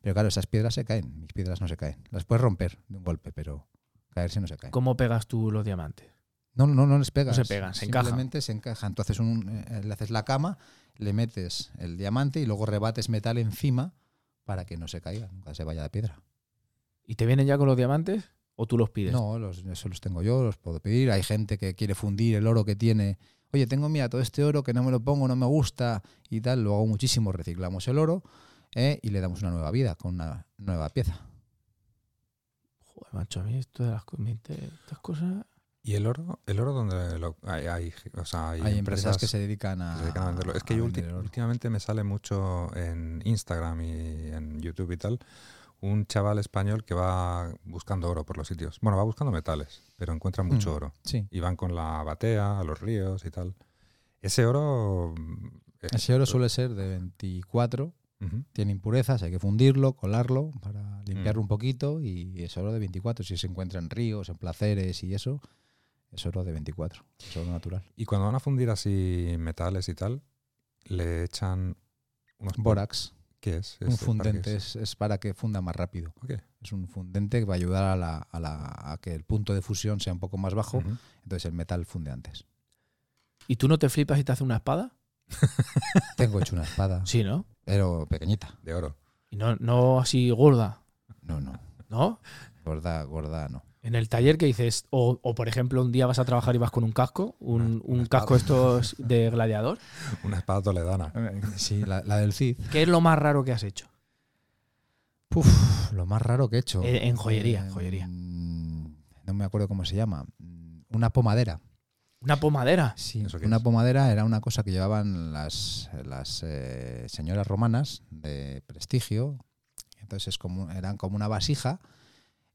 D: Pero claro, esas piedras se caen. Mis piedras no se caen. Las puedes romper de un golpe, pero caerse no se caen.
B: ¿Cómo pegas tú los diamantes?
D: No, no, no les pegas.
B: No se pegan, se encajan.
D: Simplemente se encajan. Tú haces un, eh, le haces la cama, le metes el diamante y luego rebates metal encima para que no se caiga, nunca se vaya la piedra.
B: ¿Y te vienen ya con los diamantes o tú los pides?
D: No, los, eso los tengo yo, los puedo pedir. Hay gente que quiere fundir el oro que tiene. Oye, tengo, mira, todo este oro que no me lo pongo, no me gusta y tal. Lo hago muchísimo, reciclamos el oro eh, y le damos una nueva vida con una nueva pieza.
B: Joder, macho, a mí esto de las co- me inter- estas cosas...
C: ¿y el oro? ¿El oro donde lo hay? hay- o sea, hay,
D: Hay empresas que se dedican a,
C: Pues que se dedican a venderlo. Es que
D: a
C: yo
D: vender
C: ulti-
D: el oro.
C: últimamente me sale mucho en Instagram y en YouTube y tal un chaval español que va buscando oro por los sitios. Bueno, va buscando metales, pero encuentra mucho
D: Mm.
C: oro.
D: Sí.
C: Y van con la batea a los ríos y tal. Ese oro... mm, es-
D: Ese oro suele ser de 24
C: Ujú.
D: tiene impurezas, hay que fundirlo, colarlo para limpiarlo
C: Mm.
D: un poquito y es oro de 24. Si se encuentra en ríos, en placeres y eso, es oro de 24, es oro natural.
C: Y cuando van a fundir así metales y tal, le echan unos...
D: Bórax,
C: ¿Qué es?
D: un
C: ¿Este? ¿Para qué
D: fundente,
C: Este es?
D: es, es para que funda más rápido.
C: Ok.
D: Es un fundente que va a ayudar a, la- a la- a que el punto de fusión sea un poco más bajo,
C: Ujú.
D: entonces el metal funde antes.
B: ¿Y tú no te flipas y te hace una espada?
D: Tengo hecho una espada,
B: Sí, ¿no?
D: pero pequeñita.
C: De oro.
B: Y no, no así gorda,
D: No, no,
B: ¿no?
D: gorda, gorda, no.
B: En el taller que dices, o, o, por ejemplo, un día vas a trabajar y vas con un casco,
D: Ah,
B: un, un casco estos de gladiador.
C: Una espada toledana.
D: Sí, la, la del Cid.
B: ¿Qué es lo más raro que has hecho?
D: Puf, Pues lo más raro que he hecho.
B: Eh, en joyería, joyería.
D: mm, No me acuerdo cómo se llama. Mm, Una pomadera.
B: Una pomadera.
D: Sí,
C: ¿Eso qué
D: una
C: es?
D: pomadera era una cosa que llevaban las, las eh, señoras romanas de prestigio. Entonces es como, eran como una vasija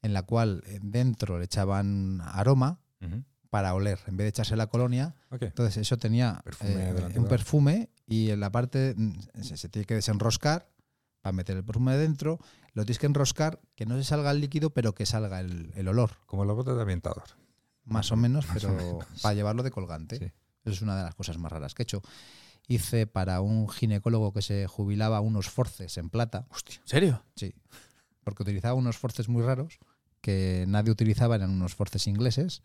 D: en la cual eh, dentro le echaban aroma
C: Ujú.
D: para oler. En vez de echarse la colonia,
C: Ok.
D: entonces eso tenía
C: Perfume
D: eh,
C: de la
D: un
C: antigüedad.
D: perfume y en la parte mm, se, se tiene que desenroscar para meter el perfume dentro, lo tienes que enroscar, que no se salga el líquido, pero que salga el, el olor,
C: Como los botes de ambientador.
D: más o menos, pero para llevarlo de colgante.
C: Sí.
D: Eso es una de las cosas más raras que he hecho. Hice para un ginecólogo que se jubilaba unos forces en plata,
B: ¿En serio?
D: Sí. Porque utilizaba unos forces muy raros que nadie utilizaba, eran unos forces ingleses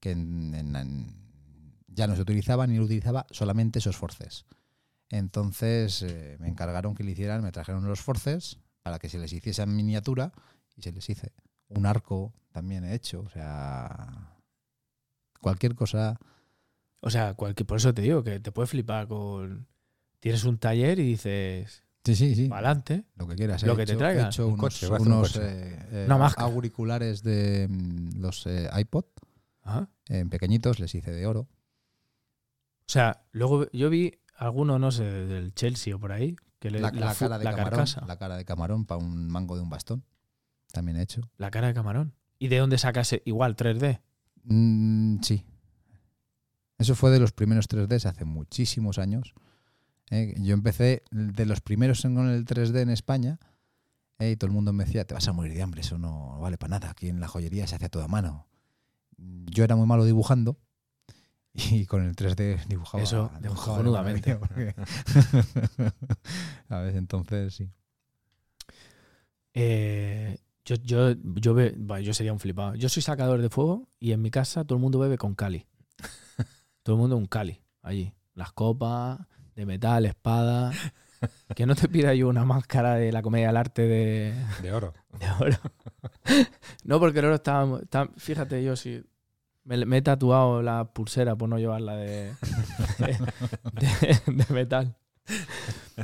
D: que en- en- en- ya no se utilizaban y utilizaba solamente esos forces. Entonces eh, me encargaron que le hicieran, me trajeron los forces para que se les hiciese en miniatura y se les hice. Un arco también he hecho, o sea, cualquier cosa.
B: O sea, cualquier, por eso te digo que te puedes flipar con. Tienes un taller y dices,
D: Sí, sí, sí.
B: pa'lante.
D: Lo que quieras.
B: Lo
D: he
B: que te
D: hecho- he
B: traigan.
D: hecho
C: Un
D: unos,
C: coche, voy a hacer un
D: unos,
C: coche.
D: eh, eh,
B: Una máscara.
D: auriculares de mm, los eh, iPod.
B: Ajá.
D: en pequeñitos, les hice de oro.
B: O sea, luego yo vi alguno, no sé, del Chelsea o por ahí, que le,
D: La, la
B: fu-
D: cara de
B: la
D: camarón,
B: carcasa,
D: la cara de camarón para un mango de un bastón. También he hecho.
B: la cara de camarón. ¿Y de dónde sacas e- igual 3D?
D: Mm, sí. Eso fue de los primeros 3Ds hace muchísimos años. Eh, Yo empecé de los primeros en- con el 3D en España eh, y todo el mundo me decía, te vas a morir de hambre, eso no vale para nada, aquí en la joyería se hace a toda mano. Yo era muy malo dibujando y con el 3D dibujaba.
B: Eso,
D: dibujaba de
B: cojonudamente.
D: maravilla, porque- a ver, entonces sí.
B: Eh, yo, yo, yo, ve- bah, yo sería un flipado. Yo soy sacador de fuego y en mi casa todo el mundo bebe con cali. todo el mundo un cali allí. Las copas, de metal, espada. Que no te pida yo una máscara de la comedia del arte de,
C: de oro.
B: de oro. No, porque el oro está, está- Fíjate, yo si me, me he tatuado la pulsera por no llevarla de, de, de- de metal.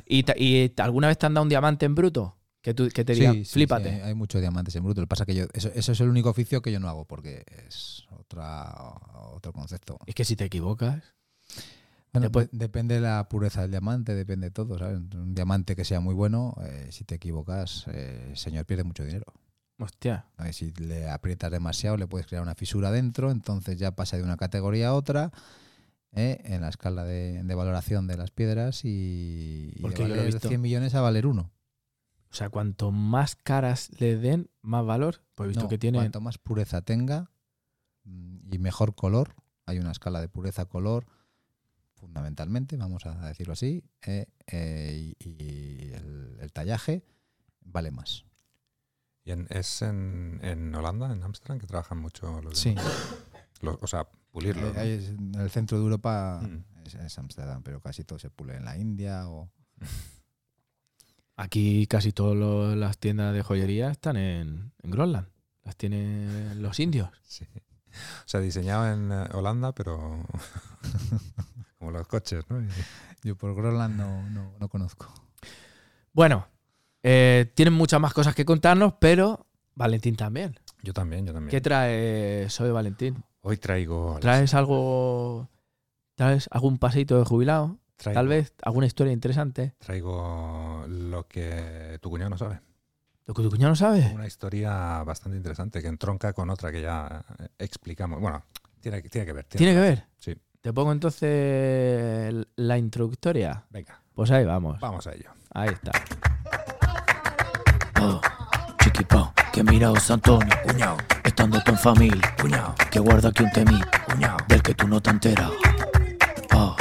B: ¿Y, ta- y ta- alguna vez te han dado un diamante en bruto? Que, tú, que te
D: Sí,
B: digan,
D: sí, sí,
B: flipate.
D: hay, hay muchos diamantes en bruto. Lo que pasa es que yo, eso, eso es el único oficio que yo no hago porque es otra, otro concepto.
B: Es que si te equivocas.
D: Bueno,
B: Después-
D: de- depende de la pureza del diamante, depende de todo. ¿sabes? Un diamante que sea muy bueno, eh, si te equivocas, eh, el señor pierde mucho dinero.
B: Hostia.
D: A ver, Si le aprietas demasiado, le puedes crear una fisura dentro, entonces ya pasa de una categoría a otra ¿eh? en la escala de, de valoración de las piedras y, y de
B: Porque yo lo he
D: valer
B: visto.
D: 100 millones a valer uno.
B: O sea, cuanto más caras le den, más valor. Pues he visto
D: No,
B: que tiene.
D: Cuanto más pureza tenga mm, y mejor color, hay una escala de pureza-color fundamentalmente, vamos a decirlo así, ¿eh? Eh, y, y el- el tallaje vale más.
C: Y en- es en, en Holanda, en Ámsterdam, que trabajan mucho los
D: Sí.
C: los- o sea, pulirlo.
D: Eh,
C: ¿no?
D: ahí es- en el centro de Europa
C: Mm.
D: es- es Amsterdam, pero casi todo se pule en la India o
B: Aquí casi todas las tiendas de joyería están en, en Groenland. Las tienen los indios.
C: Sí. O sea, diseñado en eh, Holanda, pero como los coches, ¿no? Y-
D: Yo por Groenland no, no, no conozco.
B: Bueno, eh, tienen muchas más cosas que contarnos, pero Valentín también.
C: Yo también, yo también.
B: ¿Qué trae Soy Valentín?
C: Hoy traigo... las-
B: ¿Traes algo? ¿Traes algún paseito de jubilado?
C: traigo-
B: Tal vez alguna historia interesante.
C: Traigo lo que tu cuñado no sabe.
B: Lo que tu cuñado no sabe.
C: Una historia bastante interesante que entronca con otra que ya eh, explicamos. Bueno, tiene, que- tiene que ver.
B: Tiene que ver.
C: Sí.
B: Te pongo entonces la introductoria.
C: Venga,
B: Pues ahí vamos.
C: vamos a ello.
B: Ahí está.
E: Oh, chiquipao, que miraos Antonio, cuñao, estando tú en familia, cuñao, que guarda aquí un temí, cuñao, del que tú no te enteras. Oh,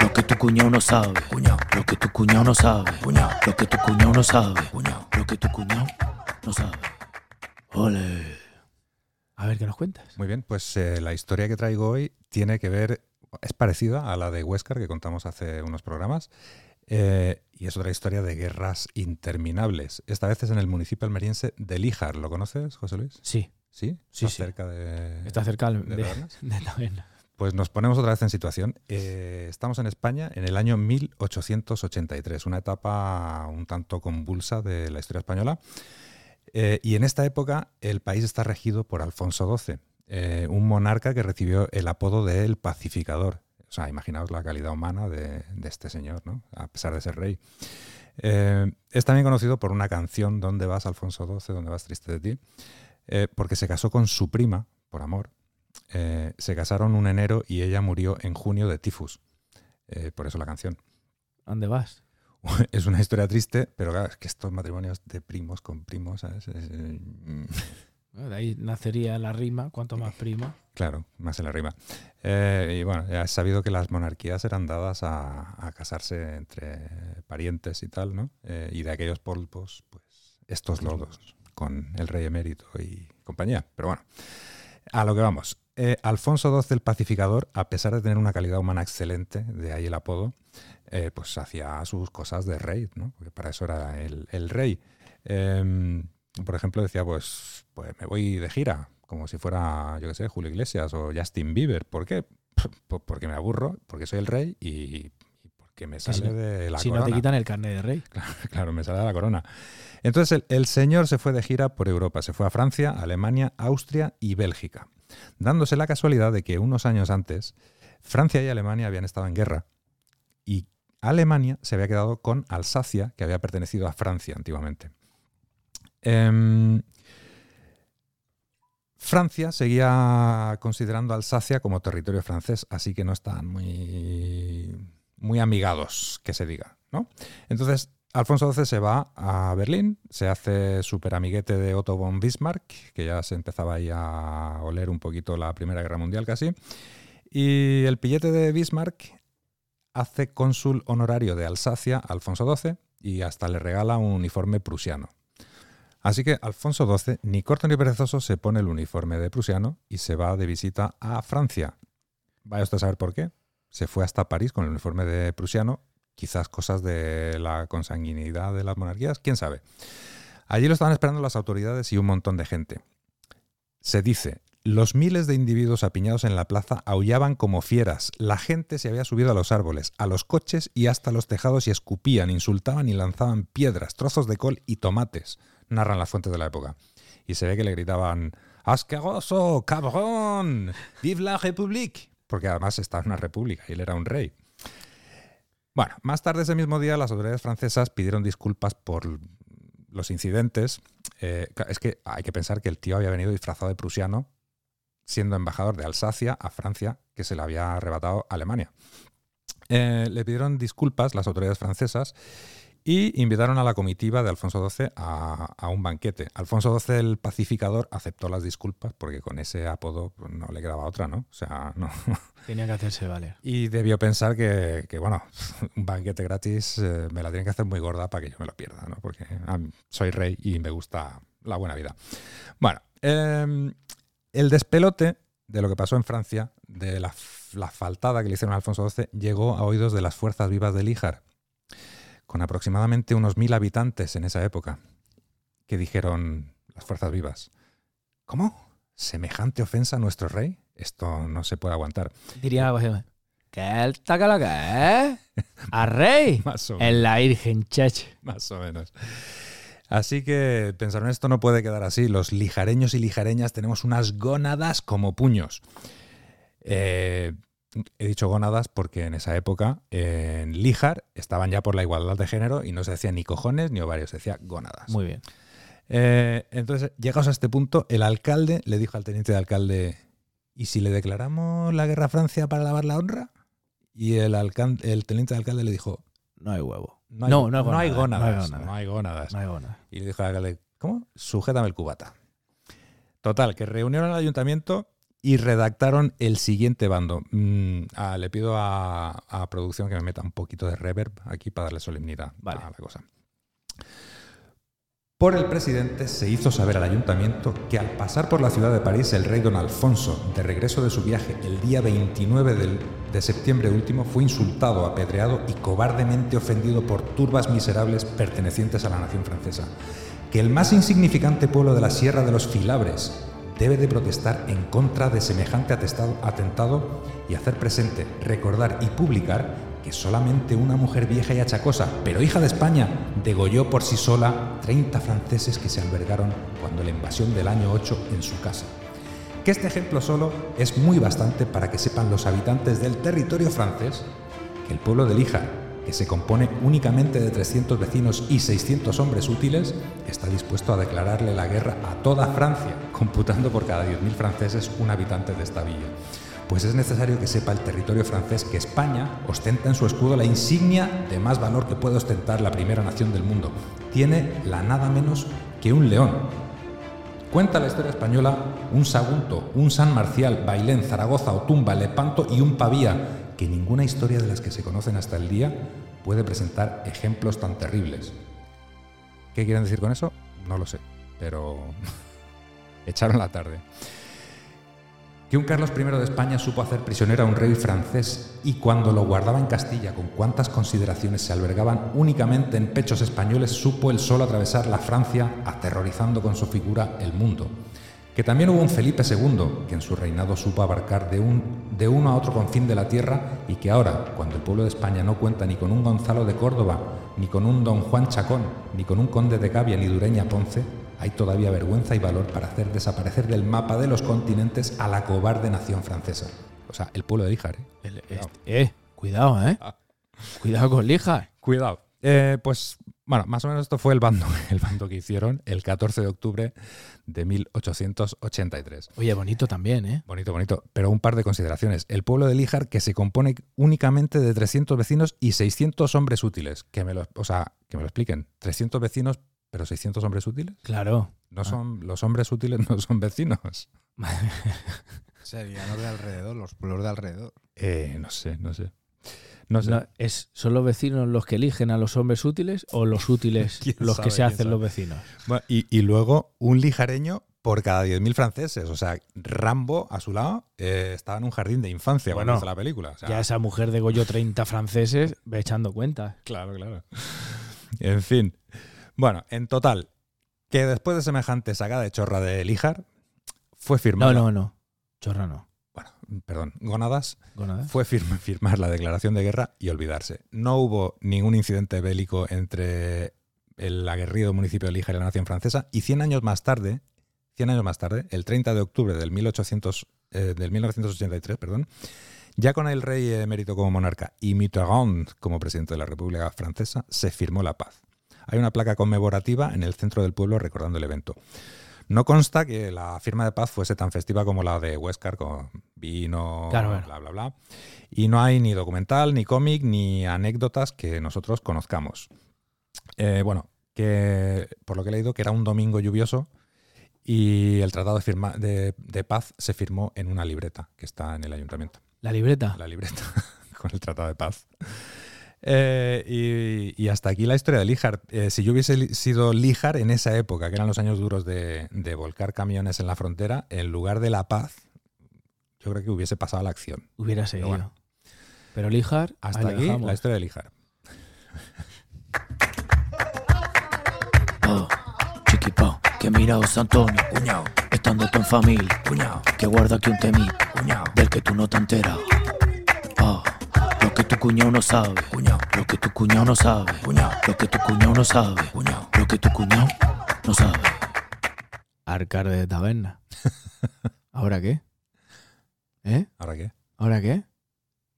E: lo que tu cuñao no sabe, cuñao, lo que tu cuñao no sabe, cuñao, lo que tu cuñao no sabe, cuñao, lo que tu cuñao no sabe. Ole.
B: A ver qué nos cuentas.
C: Muy bien, pues eh, la historia que traigo hoy tiene que ver, es parecida a la de Huescar que contamos hace unos programas, eh, y es otra historia de guerras interminables. Esta vez es en el municipio almeriense de Líjar. ¿Lo conoces, José Luis?
B: Sí,
C: Sí,
B: Sí, sí.
C: Está cerca de...
B: está cerca de,
C: de Tabernas.
B: de Tabernas.
C: Pues nos ponemos otra vez en situación. Eh, estamos en España en el año 1883, una etapa un tanto convulsa de la historia española. Eh, y en esta época el país está regido por Alfonso XII, eh, un monarca que recibió el apodo de El Pacificador. O sea, imaginaos la calidad humana de, de este señor, ¿no? A pesar de ser rey. Eh, es también conocido por una canción, ¿Dónde vas, Alfonso XII? ¿Dónde vas, triste de ti? Eh, porque se casó con su prima, por amor, eh, se casaron un enero y ella murió en junio de tifus. Eh, por eso la canción.
B: ¿Dónde vas?
C: Es una historia triste, pero claro, es que estos matrimonios de primos con primos, ¿sabes? Es, eh, mm,
B: Bueno, de ahí nacería la rima,
E: Eh,
B: cuanto más prima.
C: claro, más en la rima. Eh, y bueno, ya has sabido que las monarquías eran dadas a, a casarse entre parientes y tal, ¿no? Eh, y de aquellos polvos, pues estos lodos con el rey emérito y compañía. Pero bueno, a lo que vamos. Eh, Alfonso XII el Pacificador, a pesar de tener una calidad humana excelente, de ahí el apodo, eh, pues hacía sus cosas de rey, ¿no? Porque para eso era el, el rey. Eh, por ejemplo, decía, pues, pues me voy de gira, como si fuera, yo qué sé, Julio Iglesias o Justin Bieber. ¿Por qué? Pues porque me aburro, porque soy el rey y, y porque me
B: Sí,
C: sale
B: sí.
C: de la
B: si
C: corona.
B: no te quitan el carnet de rey.
C: Claro, me sale la corona. Entonces el, el señor se fue de gira por Europa, se fue a Francia, Alemania, Austria y Bélgica, dándose la casualidad de que unos años antes Francia y Alemania habían estado en guerra y Alemania se había quedado con Alsacia, que había pertenecido a Francia antiguamente. Em, Francia seguía considerando a Alsacia como territorio francés, así que no estaban muy, muy amigados, que se diga, ¿no? Entonces, Alfonso XII se va a Berlín, se hace súper amiguete de Otto von Bismarck, que ya se empezaba ahí a oler un poquito la Primera Guerra Mundial casi, y el billete de Bismarck hace cónsul honorario de Alsacia a Alfonso XII y hasta le regala un uniforme prusiano. Así que Alfonso XII, ni corto ni perezoso, se pone el uniforme de prusiano y se va de visita a Francia. Vaya usted a saber por qué. Se fue hasta París con el uniforme de prusiano Quizás cosas de la consanguinidad de las monarquías, quién sabe. Allí lo estaban esperando las autoridades y un montón de gente. Se dice, los miles de individuos apiñados en la plaza aullaban como fieras, la gente se había subido a los árboles, a los coches y hasta los tejados y escupían, insultaban y lanzaban piedras, trozos de col y tomates, narran las fuentes de la época. Y se ve que le gritaban, ¡Asqueroso, cabrón! ¡Vive la République! Porque además estaba en una república y él era un rey. Bueno, más tarde ese mismo día las autoridades francesas pidieron disculpas por los incidentes. Eh, es que hay que pensar que el tío había venido disfrazado de prusiano, siendo embajador de Alsacia a Francia, que se le había arrebatado a Alemania. Eh, le pidieron disculpas las autoridades francesas y invitaron a la comitiva de Alfonso XII a, a un banquete. Alfonso XII, el pacificador, aceptó las disculpas porque con ese apodo pues, no le quedaba otra, ¿no? O sea, no.
B: Tenía que hacerse valer.
C: Y debió pensar que, que, bueno, un banquete gratis eh, me la tienen que hacer muy gorda para que yo me lo pierda, ¿no? Porque a mí- soy rey y me gusta la buena vida. Bueno, eh, el despelote de lo que pasó en Francia, de la, f- la faltada que le hicieron a Alfonso XII, llegó a oídos de las fuerzas vivas de Líjar, con aproximadamente unos mil habitantes en esa época, que dijeron las fuerzas vivas, ¿cómo? ¿Semejante ofensa a nuestro rey? Esto no se puede aguantar.
B: Diría algo así, Que el taca lo que es. A rey.
C: Más o
B: En la Virgen, chacho.
C: Más o menos. Así que pensaron, esto no puede quedar así. Los lijareños y lijareñas tenemos unas gónadas como puños. Eh, he dicho gónadas porque en esa época eh, en Lijar estaban ya por la igualdad de género y no se decía ni cojones ni ovarios, se decía gónadas.
B: Muy bien.
C: Eh, entonces, llegados a este punto, el alcalde le dijo al teniente de alcalde, ¿y si le declaramos la guerra a Francia para lavar la honra? Y el, alcan- el teniente de alcalde le dijo,
B: No hay huevo.
C: no hay,
B: No, no hay
C: no hay
B: gónadas, no hay
C: gónadas.
B: gónadas.
C: No hay gónadas.
B: No hay nada.
C: Y le dijo al alcalde, ¿cómo? Sujétame el cubata. Total, que reunieron al ayuntamiento y redactaron el siguiente bando. Mm, ah, le pido a, a producción que me meta un poquito de reverb aquí para darle solemnidad
B: Vale.
C: a la cosa. Por el presidente se hizo saber al ayuntamiento que al pasar por la ciudad de París el rey don Alfonso, de regreso de su viaje el día 29 del- de septiembre último, fue insultado, apedreado y cobardemente ofendido por turbas miserables pertenecientes a la nación francesa. Que el más insignificante pueblo de la Sierra de los Filabres debe de protestar en contra de semejante atestado- atentado y hacer presente, recordar y publicar que solamente una mujer vieja y achacosa, pero hija de España, degolló por sí sola 30 franceses que se albergaron cuando la invasión del año 8 en su casa. Que este ejemplo solo es muy bastante para que sepan los habitantes del territorio francés que el pueblo de Lija, que se compone únicamente de 300 vecinos y 600 hombres útiles, está dispuesto a declararle la guerra a toda Francia, computando por cada 10.000 franceses un habitante de esta villa. Pues es necesario que sepa el territorio francés que España ostenta en su escudo la insignia de más valor que puede ostentar la primera nación del mundo. Tiene la nada menos que un león, Cuenta la historia española un Sagunto, un San Marcial, Bailén, Zaragoza, Otumba, Lepanto y un Pavía, que ninguna historia de las que se conocen hasta el día puede presentar ejemplos tan terribles. ¿Qué quieren decir con eso? No lo sé, pero echaron la tarde. Que un Carlos I de España supo hacer prisionero a un rey francés y cuando lo guardaba en Castilla con cuántas consideraciones se albergaban únicamente en pechos españoles, supo él solo atravesar la Francia aterrorizando con su figura el mundo. Que también hubo un Felipe II que en su reinado supo abarcar de, un, de uno a otro confín de la tierra y que ahora, cuando el pueblo de España no cuenta ni con un Gonzalo de Córdoba, ni con un Don Juan Chacón, ni con un Conde de Gavia ni Dureña Ponce, hay todavía vergüenza y valor para hacer desaparecer del mapa de los continentes a la cobarde nación francesa. O sea, el pueblo de Líjar. ¿eh?
B: El- este- eh, cuidado, eh.
C: Ah.
B: Cuidado con lija.
C: Cuidado. Eh, pues, bueno, más o menos esto fue el bando, el bando que hicieron el 14 de octubre de 1883.
B: Oye, bonito también, eh.
C: Bonito, bonito. Pero un par de consideraciones. El pueblo de Líjar, que se compone únicamente de 300 vecinos y 600 hombres útiles. Que me lo, o sea, que me lo expliquen. 300 vecinos, pero 600 hombres útiles.
B: Claro.
C: No son, Los hombres útiles no son vecinos.
D: Sería lo de alrededor, los pueblos de alrededor.
C: Eh, no sé, no sé. No sé.
B: No, es, ¿Son los vecinos los que eligen a los hombres útiles o los útiles
C: ¿Quién
B: los que
C: sabe,
B: se
C: quién
B: hacen
C: sabe?
B: los vecinos?
C: Bueno, y, y luego un lijareño por cada 10.000 franceses. O sea, Rambo, a su lado, eh, estaba en un jardín de infancia cuando
B: Bueno,
C: hizo la película. O sea,
B: Ya esa mujer de Goyo 30 franceses ve echando cuentas.
C: Claro, claro. En fin. Bueno, en total, que después de semejante saga de chorra de Lijar, fue
B: No,
C: firmada.
B: no, no. Chorra no.
C: Bueno, perdón, Gonadas,
B: Gonada.
C: fue firma- firmar la declaración de guerra y olvidarse. No hubo ningún incidente bélico entre el aguerrido municipio de Lijar y la nación francesa. Y 100 años más tarde, 100 años más tarde, el 30 de octubre del, 1800, eh, del 1983, perdón, ya con el rey emérito como monarca y Mitterrand como presidente de la República Francesa, se firmó la paz. Hay una placa conmemorativa en el centro del pueblo recordando el evento. No consta que la firma de paz fuese tan festiva como la de Huescar con vino,
B: Claro, bueno.
C: bla, bla, bla. Y no hay ni documental, ni cómic, ni anécdotas que nosotros conozcamos. Eh, bueno, que por lo que he leído, que era un domingo lluvioso y el tratado de, firma- de- de paz se firmó en una libreta que está en el ayuntamiento.
B: La libreta.
C: La libreta con el tratado de paz. Eh, y, y hasta aquí la historia de Lijar. Eh, si yo hubiese li- sido Lijar en esa época, que eran los años duros de, de volcar camiones en la frontera, en lugar de la paz, yo creo que hubiese pasado a la acción.
B: Hubiera seguido.
C: bueno.
B: Pero Lijar, ahí
C: Hasta
B: lo
C: aquí
B: dejamos.
C: la historia de Lijar.
E: Oh, chiquipao, que mira José Antonio, cuñao, estando tú en familia, cuñao, que guarda aquí un temí, cuñao, del que tú no te enteras. Oh, lo que tu cuñao no sabe, cuñao, lo que tu cuñao no sabe, cuñao, lo que tu cuñao no sabe, cuñao, lo que tu cuñao no sabe.
B: Arcade de taberna. ¿Ahora qué? ¿Eh?
C: ¿Ahora qué?
B: ¿Ahora qué?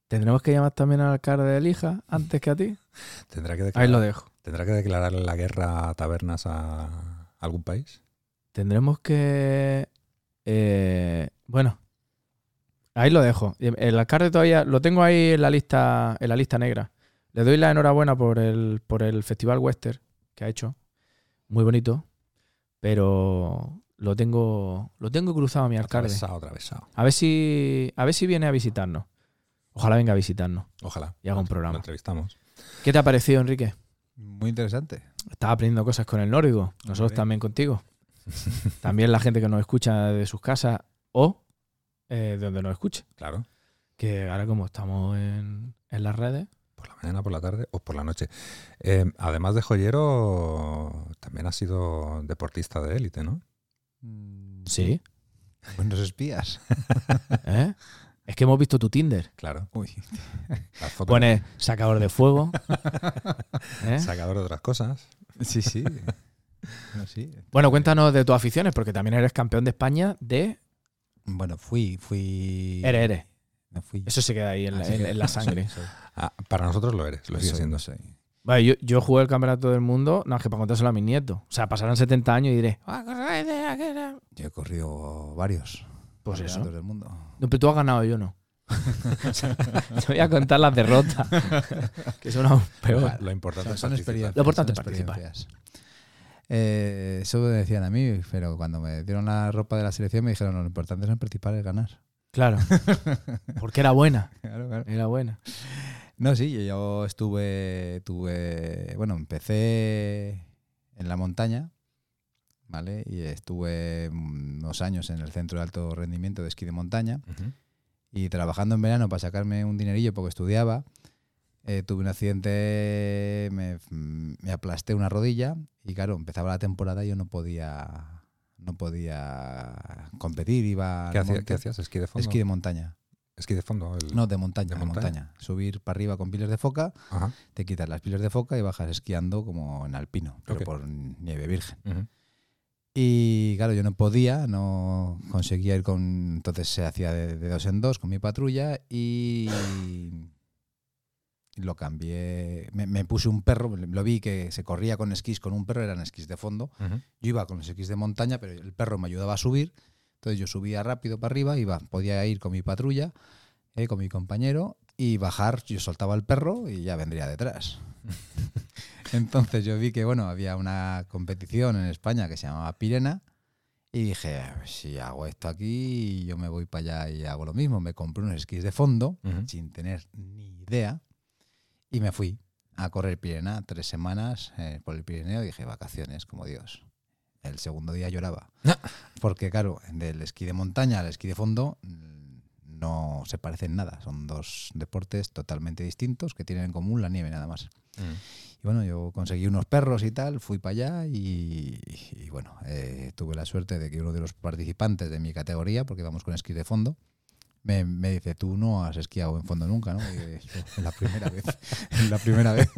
B: ¿Tendremos que llamar también al alcalde de Lija antes que a ti?
C: ¿Tendrá que,
B: Ahí
C: declarar,
B: lo dejo.
C: ¿Tendrá que declarar la guerra a tabernas a algún país?
B: Tendremos que... eh, bueno. Ahí lo dejo. El alcalde todavía lo tengo ahí en la lista, en la lista negra. Le doy la enhorabuena por el, por el Festival Western que ha hecho. Muy bonito. Pero lo tengo, lo tengo cruzado a mi alcalde.
C: Atravesado, atravesado.
B: A ver si, a ver si viene a visitarnos. Ojalá venga a visitarnos
C: Ojalá.
B: y haga un
C: Lo
B: programa.
C: entrevistamos.
B: ¿Qué te ha parecido, Enrique?
D: Muy interesante.
B: Estás aprendiendo cosas con el nórdico. Nosotros
D: bien.
B: también contigo. También la gente que nos escucha de sus casas o eh, de donde nos escuche.
C: Claro.
B: Que ahora como estamos en, en las redes,
C: Por la mañana, por la tarde o por la noche. Eh, además de joyero, también has sido deportista de élite, ¿no?
D: Mm,
B: sí.
D: Buenos espías.
B: ¿eh? Es que hemos visto tu Tinder.
C: Claro.
D: Uy,
C: Las fotos
B: Pones sacador de fuego. ¿eh?
C: sacador de otras cosas.
D: sí, sí. Bueno, sí.
B: Bueno, cuéntanos de tus aficiones, porque también eres campeón de España de...
D: Bueno, fui, fui.
B: Eres, eres.
D: No fui.
B: Eso se queda ahí en la-
D: Así
B: en-
D: que-
B: en la sangre.
D: Soy, soy.
C: Ah, para nosotros lo eres, lo
D: Lo
C: sigue
D: soy,
C: siendo.
D: lo soy.
B: Vale, yo, yo jugué el campeonato del mundo, no es que para contárselo a mis nietos. O sea, pasarán 70 años y diré, "Ah, corre de la guerra".
D: Yo he corrido varios.
B: pues
D: campeonatos
B: eso.
D: del mundo.
B: No, pero tú has ganado, yo no. Te voy a contar las derrotas, que son aún
C: Lo-
B: peor.
C: Lo importante
D: Son,
C: es
D: son
C: participar.
D: experiencias.
B: Lo importante
D: son
B: es participar.
D: experiencias. Eh, eso me decían a mí, pero cuando me dieron la ropa de la selección me dijeron: Lo importante no es participar, es ganar.
B: Claro, porque era buena,
D: Claro, claro.
B: era buena.
D: No, sí, yo, yo estuve, tuve, bueno, empecé en la montaña, ¿vale? Y estuve mm, unos años en el centro de alto rendimiento de esquí de montaña
C: Ujú.
D: y trabajando en verano para sacarme un dinerillo porque estudiaba. eh, tuve un accidente, me, me aplasté una rodilla y claro, empezaba la temporada y yo no podía, no podía competir, iba
C: ¿Qué,
D: al
C: hacía-
D: monte.
C: qué hacías? ¿Esquí de fondo?
D: esquí de montaña.
C: Esquí de fondo. el-
D: No, de montaña,
C: ¿De
D: de
C: montaña?
D: montaña. Subir para arriba con piles de foca
C: Ajá.
D: te quitas las pilas de foca y bajas esquiando como en alpino, pero
C: Ok.
D: por nieve virgen.
C: Ujú.
D: Y claro, yo no podía, no conseguía ir con... Entonces se hacía de, de dos en dos con mi patrulla y lo cambié. Me, me puse un perro, lo vi que se corría con esquís, con un perro, eran esquís de fondo.
C: Ujú.
D: Yo iba con los esquís de montaña, pero el perro me ayudaba a subir. Entonces yo subía rápido para arriba, iba, podía ir con mi patrulla, eh, con mi compañero, y bajar, yo soltaba al perro y ya vendría detrás. Entonces yo vi que bueno, había una competición en España que se llamaba Pirena y dije, si hago esto aquí, yo me voy para allá y hago lo mismo. Me compré unos esquís de fondo
C: Ujú.
D: sin tener ni idea y me fui a correr Pirena tres semanas eh, por el Pirineo y dije, vacaciones, como Dios. El segundo día lloraba. Porque, claro, del esquí de montaña al esquí de fondo mm, no se parecen nada. Son dos deportes totalmente distintos que tienen en común la nieve nada más. Y bueno, yo conseguí unos perros y tal, fui para allá y, y bueno, eh, tuve la suerte de que uno de los participantes de mi categoría, porque vamos con esquí de fondo, me, me dice, tú no has esquiado en fondo nunca, ¿no? Y, eh, yo, la primera vez, la primera vez.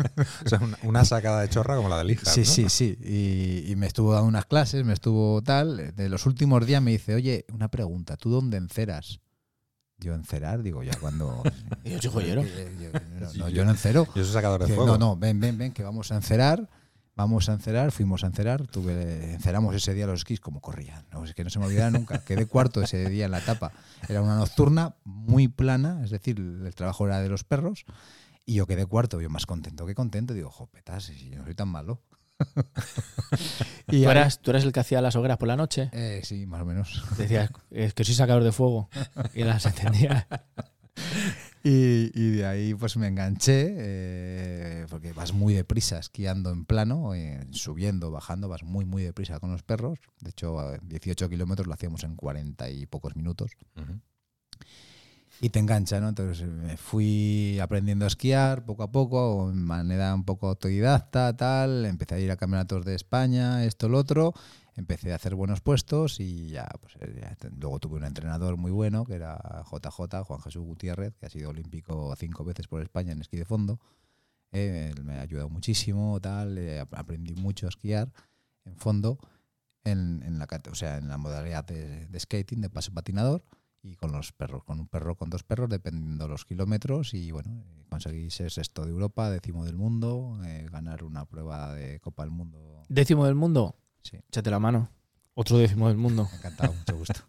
C: O sea, una, una sacada de chorra como la de Lija.
D: Sí, sí, sí. Y, y me estuvo dando unas clases, me estuvo tal. De los últimos días me dice, oye, una pregunta, ¿tú dónde enceras? Yo encerar, digo, ya cuando...
E: Y yo soy joyero.
D: Yo- no, no, yo no encero.
C: Yo soy sacador de
D: Que,
C: fuego.
D: no, no, ven, ven, ven, que vamos a encerar. Vamos a encerar, fuimos a encerar, tuve, enceramos ese día los esquís como corrían, no, es que no se me olvidará nunca, quedé cuarto ese día en la etapa, era una nocturna muy plana, es decir, el trabajo era de los perros, y yo quedé cuarto, yo más contento que contento, digo, jo, petas, si yo no soy tan malo. y
E: ¿Tú
D: ahí-
E: eras, tú eras el que hacía las hogueras por la noche.
D: eh, sí, más o menos.
E: Decías, es que soy sacador de fuego. Y las entendías.
D: Y, y de ahí pues me enganché, eh, porque vas muy deprisa esquiando en plano, eh, subiendo, bajando, vas muy, muy deprisa con los perros. De hecho, a 18 kilómetros lo hacíamos en 40 y pocos minutos.
C: Ujú.
D: Y te engancha, ¿no? Entonces eh, me fui aprendiendo a esquiar poco a poco, de manera un poco autodidacta, tal. Empecé a ir a campeonatos de España, esto, lo otro. Empecé a hacer buenos puestos y ya, pues, eh, ya te- luego tuve un entrenador muy bueno, que era JJ, Juan Jesús Gutiérrez, que ha sido olímpico cinco veces por España en esquí de fondo. Eh, él me ha ayudado muchísimo, tal. eh, ap- aprendí mucho a esquiar en fondo, en, en la, cate- o sea, en la modalidad de- de skating, de paso patinador y con los perros, con un perro, con dos perros, dependiendo los kilómetros. Y bueno, eh, conseguí ser sexto de Europa, décimo del mundo, eh, ganar una prueba de Copa del Mundo.
B: Décimo del mundo.
D: Sí,
B: Échate la mano. Otro décimo del mundo.
D: me ha encantado, mucho gusto.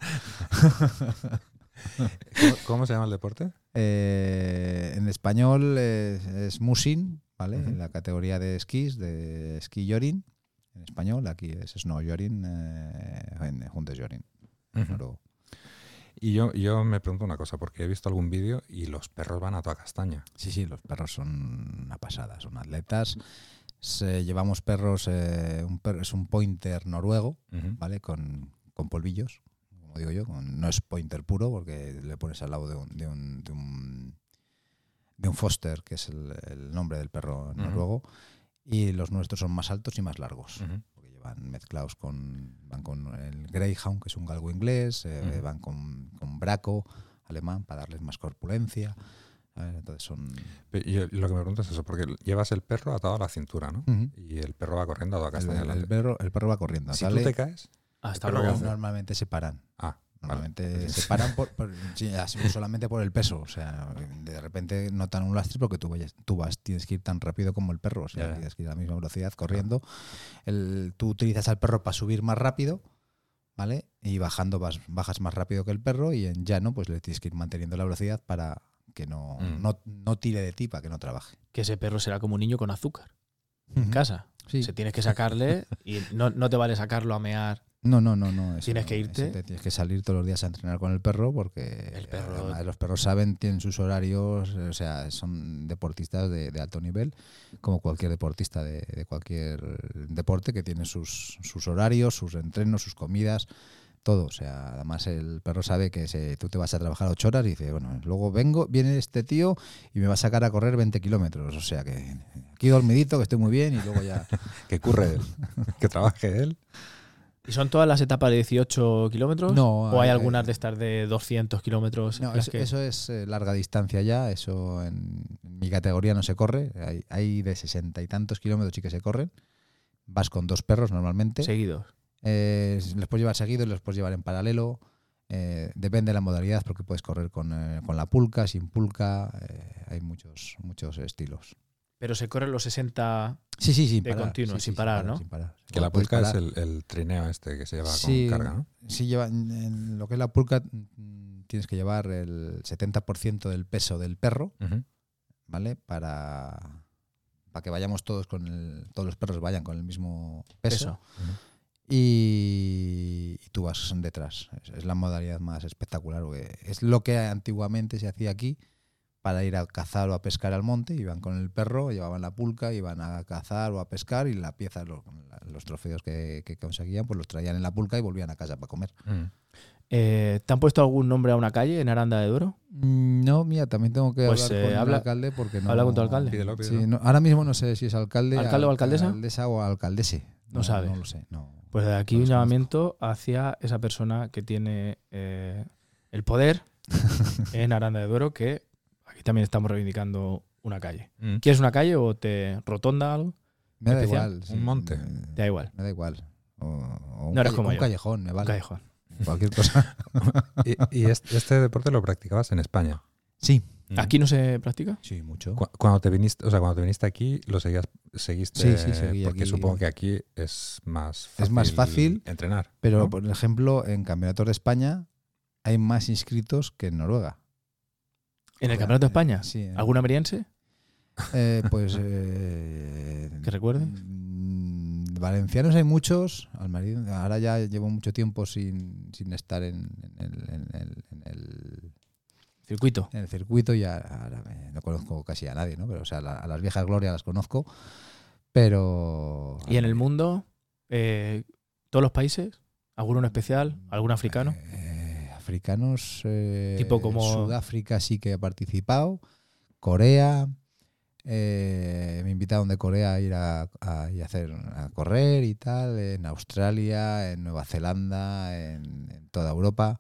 C: ¿Cómo, cómo se llama el deporte?
D: Eh, en español es, es Musin, ¿vale?
C: Ujú.
D: En la categoría de esquís, de esquí yorin. En español, aquí es snow yorin, eh, en juntes yorin. en noruego.
C: Y yo, yo me pregunto una cosa, porque he visto algún vídeo y los perros van a toda castaña.
D: Sí, sí, los perros son una pasada, son atletas. Se- llevamos perros, eh, un perro, es un pointer noruego,
C: Ujú.
D: ¿vale? Con, con polvillos, como digo yo, con- no es pointer puro porque le pones al lado de un, de un, de un, de un foster, que es el, el nombre del perro noruego, y los nuestros son más altos y más largos.
C: Ujú.
D: Porque llevan mezclados con. Van con el Greyhound, que es un galgo inglés, eh,
C: Ujú.
D: van con, con Braco, alemán, para darles más corpulencia. ¿sabes? Entonces son.
C: Pero yo- lo que me pregunto es eso, porque llevas el perro atado a la cintura, ¿no?
D: Ujú.
C: Y el perro va corriendo a toda
D: El,
C: castaña.
D: el
C: delante.
D: perro, el perro va corriendo.
C: si
D: sale-
C: tú te caes...
E: Hasta
C: Pero
E: luego.
C: hace?
D: normalmente se paran.
C: Ah, vale.
D: Normalmente se paran por, por- sí, así, solamente por el peso. O sea, de repente notan un lastre porque tú, vayas, tú vas, tienes que ir tan rápido como el perro. O sea,
C: Ya, ya.
D: tienes que ir a la misma velocidad corriendo. El, tú utilizas al perro para subir más rápido, ¿vale? Y bajando vas, bajas más rápido que el perro y en llano pues le tienes que ir manteniendo la velocidad para que no,
C: Mm.
D: no, no tire de ti, para que no trabaje.
E: Que ese perro será como un niño con azúcar. En casa.
D: Sí.
E: Se tienes que sacarle y no, no te vale sacarlo a mear.
D: No, no, no, no. eso
E: Tienes
D: no,
E: que
D: eso
E: irte.
D: te tienes que salir todos los días a entrenar con el perro porque
E: El perro-
D: además los perros saben, tienen sus horarios, eh, o sea, son deportistas de, de alto nivel, como cualquier deportista de, de cualquier deporte que tiene sus, sus horarios, sus entrenos, sus comidas, todo. O sea, además el perro sabe que se- tú te vas a trabajar ocho horas y dice, bueno, luego vengo, viene este tío y me va a sacar a correr 20 kilómetros. O sea que aquí dormidito, que estoy muy bien y luego ya...
C: Que curre él, que trabaje él.
E: ¿Y son todas las etapas de 18 kilómetros?
D: No,
E: ¿O hay
B: eh,
D: hay-
E: algunas de estas de 200 kilómetros?
D: No,
E: las
D: eso,
E: que-
D: eso es eh, larga distancia ya, eso en, en mi categoría no se corre, hay, hay de sesenta y tantos kilómetros sí que se corren, vas con dos perros normalmente,
E: Seguidos.
D: Eh, los puedes llevar seguidos, los puedes llevar en paralelo, eh, depende de la modalidad porque puedes correr con, eh, con la pulca, sin pulca, eh, hay muchos, muchos estilos.
E: Pero se corren los 60.
D: Sí, sí, sin
E: De
D: parar.
E: continuo,
D: sí,
E: sin parar, ¿no?
D: sin parar.
C: Que la
D: Puedes
C: pulca es
D: parar.
C: el, el trineo este que se lleva
D: Sí.
C: con carga, ¿no?
D: Sí, lleva, en- en lo que es la pulca mm, tienes que llevar el 70% del peso del perro
C: Ujú.
D: ¿vale? Para, para que vayamos todos con el, todos los perros vayan con el mismo peso.
E: Peso.
C: Ujú.
D: Y, y tú vas detrás. Es, es la modalidad más espectacular. porque Es lo que antiguamente se hacía aquí, para ir a cazar o a pescar al monte, iban con el perro, llevaban la pulca, iban a cazar o a pescar y la pieza, los, los trofeos que, que conseguían, pues los traían en la pulca y volvían a casa para comer.
C: Mm.
B: Eh, ¿Te han puesto algún nombre a una calle en Aranda de Duero?
D: Mm, No, mira, también tengo que
B: Pues,
D: hablar
B: eh,
D: con
B: habla-
D: el alcalde porque no.
B: habla con tu alcalde.
C: Pídelo,
D: Sí,
C: pídelo.
D: no, ahora mismo no sé si es alcalde,
B: ¿Alcalde o
D: alca-
B: alcaldesa?
D: alcaldesa o alcaldese.
B: No sabes.
D: No lo sé. No.
B: Pues de aquí
D: No
B: un
D: los
B: llamamiento hacia esa persona que tiene eh, el poder en Aranda de Duero, que aquí también estamos reivindicando una calle.
C: Mm.
B: ¿Quieres una calle o te rotonda algo?
D: Me da
B: Especial.
D: igual. sí,
C: Un monte.
D: me-
B: Te da igual.
D: Me da igual. O, o un,
B: No eres
D: calle-
B: como
D: un
B: yo.
D: callejón, me vale.
B: Calle Juan.
D: Cualquier cosa.
C: Y, y es- este, deporte lo practicabas en España.
D: Sí.
C: Mm.
B: ¿Aquí no se practica?
D: Sí, mucho.
C: Cu- Cuando te viniste, o sea, cuando te viniste aquí, lo seguías, seguiste,
D: Sí, sí, seguí
C: porque
D: aquí.
C: supongo que aquí es más fácil
D: Es más fácil,
C: entrenar.
D: Pero,
C: ¿no?
D: por ejemplo, en campeonatos de España hay más inscritos que en Noruega.
B: ¿En el
D: Joder,
B: Campeonato de España?
D: sí, eh.
B: ¿Algún ameriense
D: Eh, pues. eh,
B: que recuerde?
D: mm, Valencianos hay muchos. almeri- Ahora ya llevo mucho tiempo sin, sin estar en, en el, en el- en el-
B: Circuito.
D: en el circuito y a- ahora me- no conozco casi a nadie, ¿no? Pero, o sea, la- a las viejas glorias las conozco. Pero.
B: ¿Y en el mundo? eh, ¿Todos los países? ¿Alguno en especial?
D: Mm,
B: ¿Algún africano?
D: Eh, africanos. eh,
B: Tipo como-
D: Sudáfrica sí que he participado. Corea. eh, me invitaron de Corea a ir a, a- y hacer, a correr y tal. En Australia, en Nueva Zelanda, en, en toda Europa.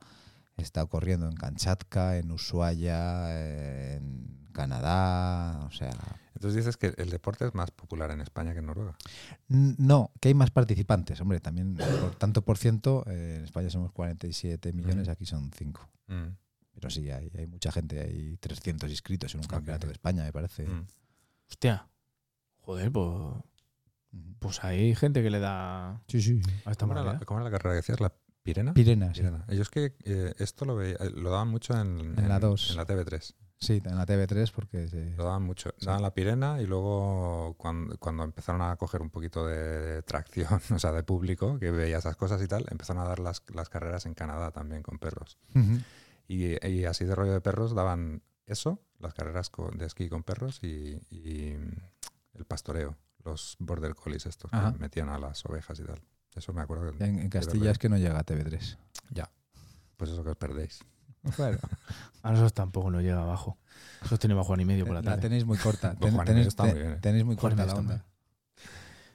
D: He estado corriendo en Kamchatka, en Ushuaia, eh, en Canadá. O sea.
C: Entonces dices que el deporte es más popular en España que en Noruega.
D: N- No, que hay más participantes. Hombre, también por tanto por ciento. eh, en España somos 47 millones, aquí son 5.
C: Mm,
D: Pero sí, hay, hay mucha gente, hay 300 inscritos en un
C: Ok,
D: campeonato
C: ok.
D: de España, me parece.
C: mm.
B: Hostia. Joder, pues,
D: Ujú.
B: pues hay gente que le da a
D: Sí, sí.
B: esta
C: ¿Cómo, era la,
B: modalidad.
C: cómo era la carrera que decías? ¿La Pirena?
D: Pirena, sí.
C: Pirena. Ellos que eh, esto lo, veía- lo daban mucho en,
D: En la dos.
C: en la TV3.
D: Sí, en la TV3 porque... se-
C: Lo daban mucho. Daban la Pirena y luego cuan- cuando, empezaron a coger un poquito de tracción, o sea, de público que veía esas cosas y tal, empezaron a dar las, las carreras en Canadá también con perros.
D: Ujú.
C: Y, y así de rollo de perros daban eso, las carreras co- de esquí con perros y, y el pastoreo, los border collies estos que
D: Ajá.
C: metían a las ovejas y tal. Eso me acuerdo. que-
D: En, en Castilla
C: verlo.
D: es que no llega a TV3.
C: Pues eso que os perdéis.
D: Claro,
B: A nosotros tampoco nos llega abajo. Nosotros tenemos a Juan y medio por la
D: Eh, la
B: tarde.
D: tenéis muy corta.
C: Pues
D: Ten-
C: Juan Emilio
D: tenéis,
C: está
D: te-
C: muy bien, ¿eh?
D: tenéis muy
B: Juan
D: corta
B: Emilio
D: la
B: está muy
D: onda.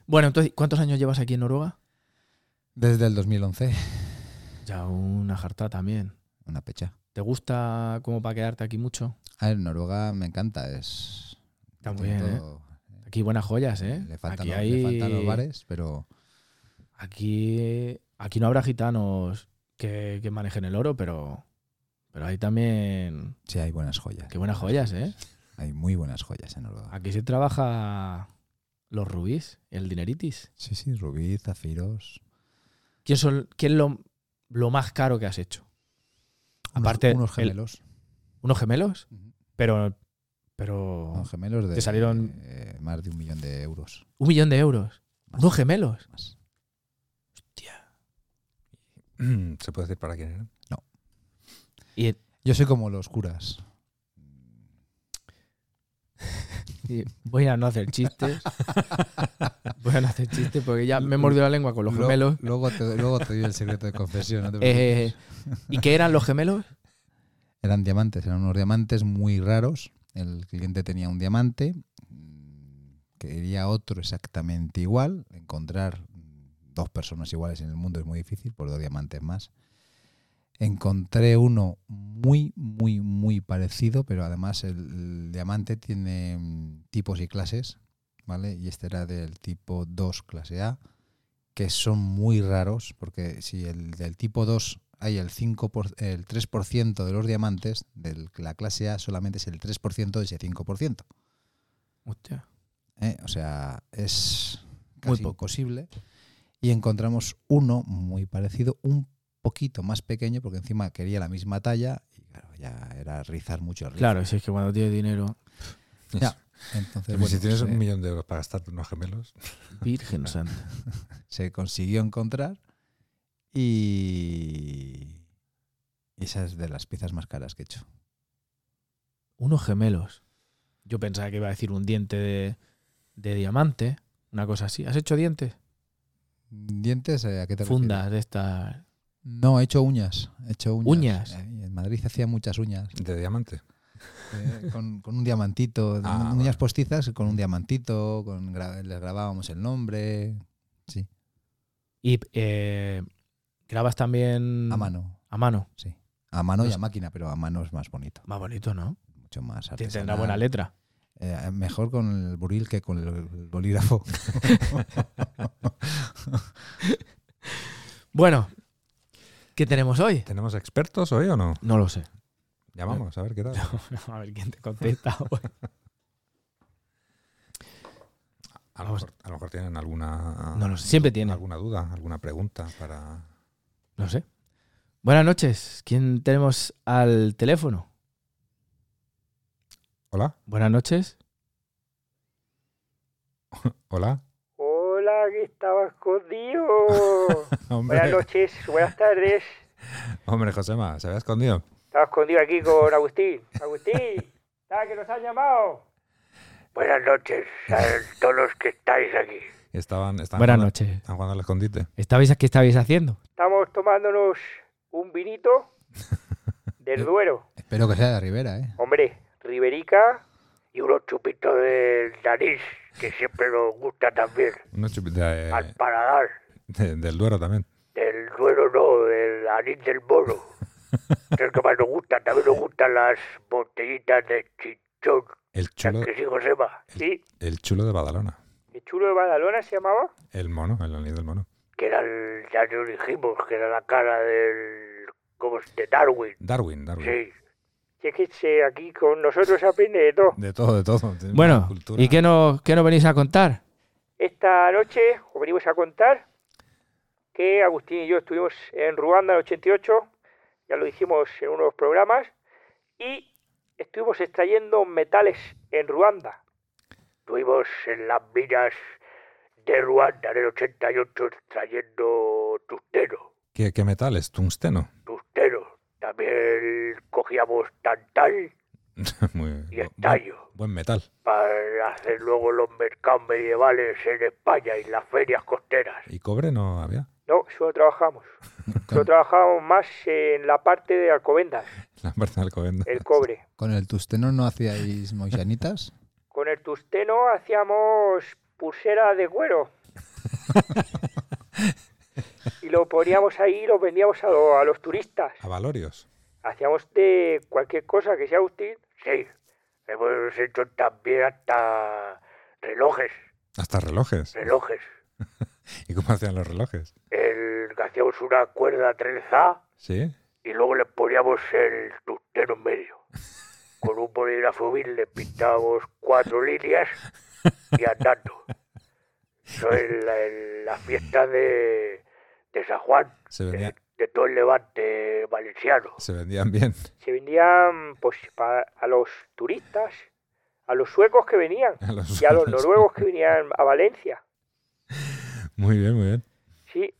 B: Bueno, entonces, ¿cuántos años llevas aquí en Noruega?
D: Desde el 2011.
B: Ya una jarta también.
D: Una pecha.
B: ¿Te gusta como para quedarte aquí mucho?
D: A ver, Noruega me encanta. Es...
B: Está muy
D: tiene
B: bien, ¿eh?
D: todo.
B: Aquí buenas joyas, ¿eh?
D: Le, faltan
B: aquí
D: los,
B: hay-
D: le faltan los bares, pero...
B: Aquí, aquí no habrá gitanos que, que manejen el oro, pero, pero hay también...
D: Sí, hay buenas joyas.
B: Qué Ah. buenas joyas, ¿eh?
D: Hay muy buenas joyas en Noruega.
B: Aquí se trabaja los rubíes, el dineritis.
D: Sí, sí, rubí, zafiros...
B: ¿Quién, son, quién es lo, lo más caro que has hecho?
D: unos-
B: Aparte,
D: Unos
B: el-
D: gemelos.
B: ¿Unos gemelos?
D: Ujú.
B: Pero... pero
D: Unos gemelos de
B: Te salieron-
D: eh, más de un millón de euros.
B: Un millón de euros.
D: Más.
B: Unos gemelos.
D: Más.
C: ¿Se puede decir para quién era?
B: Y
D: Yo soy como los curas.
B: y voy a no hacer chistes. Voy a no hacer chistes porque ya me he mordido la lengua con los
D: Lo-
B: gemelos.
D: Luego te, luego te doy el secreto de confesión. no te
B: Eh,
D: preocupes.
B: ¿Y qué eran los gemelos?
D: Eran diamantes, eran unos diamantes muy raros. El cliente tenía un diamante, mm, quería otro exactamente igual. Encontrar mm, dos personas iguales en el mundo es muy difícil, por dos diamantes más. Encontré uno muy, muy, muy parecido, pero además el, el diamante tiene mm, tipos y clases, ¿vale? Y este era del tipo 2, clase A, que son muy raros, porque si el del tipo 2 hay el, 5 por- el 3% de los diamantes, de la clase A solamente es el 3% de ese 5%.
B: Hostia.
D: ¿eh? O sea, es
B: Muy
D: casi
B: poco.
D: imposible. Y encontramos uno muy parecido, un poquito más pequeño, porque encima quería la misma talla y claro, ya era rizar mucho el rizo.
B: Claro, si es que cuando tienes dinero.
D: Ya. Entonces,
B: Pues
C: Si
D: bueno,
C: tienes
D: se,
C: un millón de euros para gastarte unos gemelos,
B: Virgen Santa.
D: se consiguió encontrar y... y esa es de las piezas más caras que he hecho.
B: unos gemelos. Yo pensaba que iba a decir un diente de, de diamante, una cosa así. ¿Has hecho dientes?
D: ¿Dientes? eh, ¿A qué te refieres?
B: Fundas de estas.
D: No, he hecho uñas. He hecho
B: Uñas.
D: uñas. Eh, En Madrid se hacía muchas uñas.
C: De diamante.
D: eh, con, con un diamantito. de-
C: Ah,
D: uñas
C: vale.
D: postizas con un diamantito. Con, gra- les grabábamos el nombre. Sí,
B: Y eh, grabas también.
D: a mano.
B: A mano.
D: Sí. A mano y
B: Los-
D: a máquina, pero a mano es más bonito.
B: Más bonito, ¿no?
D: Mucho más
B: Te-
D: artesanal.
B: Tendrá buena letra.
D: Eh, mejor con el buril que con el bolígrafo.
B: Bueno, ¿qué tenemos hoy?
C: ¿Tenemos expertos hoy o no?
B: No lo sé.
C: Llamamos, a ver qué tal.
B: A ver quién te contesta. hoy.
C: A lo
B: Vamos.
C: mejor, a lo mejor tienen alguna,
B: No lo sé. Siempre tiene.
C: alguna duda, alguna pregunta para.
B: No sé. Buenas noches. ¿Quién tenemos al teléfono?
C: Hola,
B: Buenas noches.
C: hola.
F: Hola, que estaba escondido. Buenas
C: Hombre,
F: noches, buenas tardes.
C: hombre Josema, se había escondido.
F: Estaba escondido aquí con Agustín. Agustín, ¿sabes que nos han llamado? Buenas noches a todos los que estáis aquí.
C: Estaban, estaban
B: Buenas
C: jugando-
B: noches.
C: Estaban jugando al escondite.
B: ¿Estabais, ¿Qué estabais haciendo?
F: Estamos tomándonos un vinito del Duero.
D: Espero que sea de Rivera, ¿eh?
F: Hombre, Riberica. Y unos chupitos del nariz, que siempre nos gusta también.
C: Unos chupi- de-
F: Al paladar.
C: eh, de- del Duero también.
F: Del duelo no, del anís del mono. Es el que más nos gusta, también nos gustan las botellitas de chichón.
C: El
F: Ya
C: chulo,
F: que sí, Josema. Sí,
C: el chulo de Badalona.
F: el chulo de Badalona se llamaba.
C: El mono, el anillo del mono.
F: Que era el, ya lo dijimos, que era la cara del. como es? de Darwin.
C: Darwin, Darwin.
F: Sí. Si es que se- aquí con nosotros se aprende de todo.
C: De todo, de todo. Tiene una
B: Bueno,
C: cultura.
B: ¿y qué nos, qué nos venís a contar?
F: Esta noche os venimos a contar que Agustín y yo estuvimos en Ruanda en el 88, ya lo dijimos en unos programas, y estuvimos extrayendo metales en Ruanda. Estuvimos en las minas de Ruanda en el 88 extrayendo tusteno,
C: ¿Qué, qué metal es? ¿Tungsteno?
F: tusteno. También cogíamos tantal
C: Muy
F: y
C: bu-
F: estallo
C: Buen metal.
F: para hacer luego los mercados medievales en España y las ferias costeras.
C: ¿Y cobre no había?
F: No, solo trabajamos. Solo trabajamos más en la parte de Alcobendas,
C: La parte del cobre.
F: el cobre.
D: ¿Con el tusteno no hacíais moixanitas?
F: Con el tusteno hacíamos pulseras de cuero. Y lo poníamos ahí y lo vendíamos a, lo- a los turistas.
C: A Valorios.
F: Hacíamos de cualquier cosa que sea útil. Sí, hemos hecho también hasta relojes,
C: Hasta relojes.
F: relojes.
C: ¿Y cómo hacían los relojes?
F: El, hacíamos una cuerda trenzada
C: ¿Sí?
F: y luego le poníamos el tustero en medio. Con un bolígrafo vil le pintábamos cuatro líneas y andando. Eso es la, en la fiesta de, de San Juan,
C: Se,
F: de,
C: vendía-
F: de todo el levante valenciano.
C: se vendían bien.
F: Se vendían pues, pa- a los turistas, a los suecos que venían
C: A los-
F: y a los noruegos que venían a Valencia.
C: Muy bien, muy bien.
F: Sí.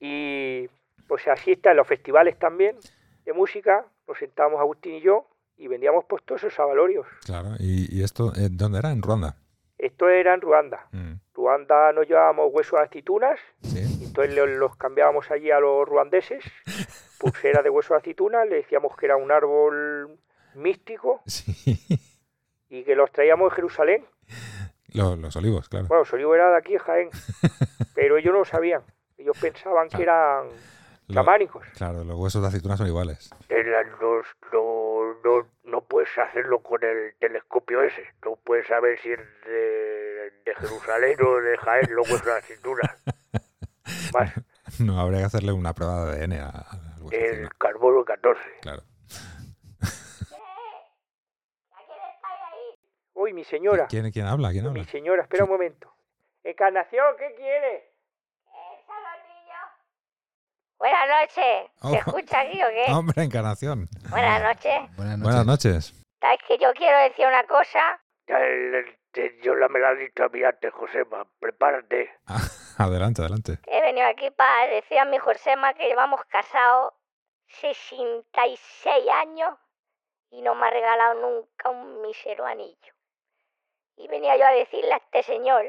F: Y pues así está en los festivales también de música. Nos sentábamos Agustín y yo y vendíamos postosos a valorios.
C: Claro. ¿Y, y esto eh, dónde era? En Ruanda.
F: Esto era en Ruanda.
C: Mm,
F: Ruanda nos llevábamos huesos de aceitunas,
C: Sí.
F: y entonces lo- los cambiábamos allí a los ruandeses, pulseras de huesos de aceitunas, le decíamos que era un árbol místico
C: Sí.
F: y que los traíamos de Jerusalén.
C: Lo- los olivos, claro.
F: Bueno, Solivo era de aquí, de Jaén, pero ellos no lo sabían. Ellos pensaban que eran
C: Lo-
F: chamánicos.
C: claro, los huesos de aceituna son iguales.
F: En las dos, no, no, no puedes hacerlo con el telescopio ese. No puedes saber si es de, de Jerusalén o de Jaén, lo huesos de la cintura. Más
C: No, habría que hacerle una prueba de ADN a- a- al hueso de
F: el
C: aceituna,
F: carbono 14.
C: pues Claro.
F: Uy, mi señora.
C: ¿Quién, quién habla? ¿Quién
F: Mi
C: habla?
F: señora, espera un momento. Encarnación, ¿qué quieres?
G: Buenas noches.
C: Oh.
G: ¿Se escucha aquí o qué?
C: Hombre, encarnación.
G: Buenas noches.
D: Buenas noches.
C: Buenas noches.
G: ¿Sabes que yo quiero decir una cosa?
F: Ya el- el- te- yo la me la he dicho a mí antes, Josema. Prepárate.
C: Ah, adelante, adelante.
G: He venido aquí para decir a mi Josema que llevamos casados 66 años y no me ha regalado nunca un misero anillo. Y venía yo a decirle a este señor,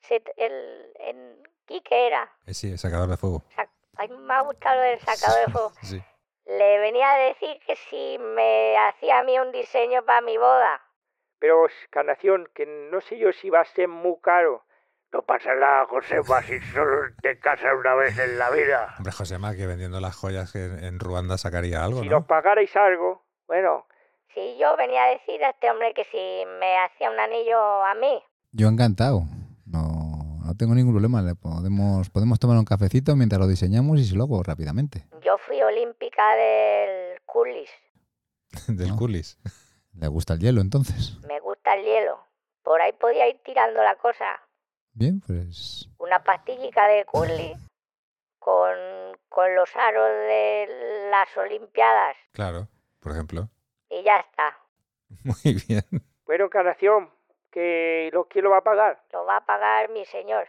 G: se- el, el Quique era,
C: Eh, sí, el sacador de fuego.
G: sac- ay, me ha gustado lo del sacado de fuego.
C: Sí.
G: Le venía a decir que si me hacía a mí un diseño para mi boda.
F: Pero, Carnación, que no sé yo si va a ser muy caro. No pasa nada, Josefa, si solo te casas una vez en la vida.
C: Hombre, José Má, que vendiendo las joyas que en en Ruanda sacaría algo,
F: Si
C: ¿no?
F: nos pagarais algo, bueno,
G: Si yo venía a decir a este hombre que si me hacía un anillo a mí.
D: Yo encantado. No, no tengo ningún problema. Le podemos, podemos tomar un cafecito mientras lo diseñamos y se lo hago rápidamente.
G: Yo fui olímpica del culis.
C: Del
D: No.
C: culis.
D: ¿Le gusta el hielo entonces?
G: Me gusta el hielo. Por ahí podía ir tirando la cosa.
D: Bien, pues.
G: Una pastillica de curly con, con los aros de las Olimpiadas.
C: Claro, por ejemplo.
G: Y ya está.
C: Muy bien.
F: bueno, Carnación, que lo, ¿quién lo va a pagar?
G: Lo va a pagar mi señor.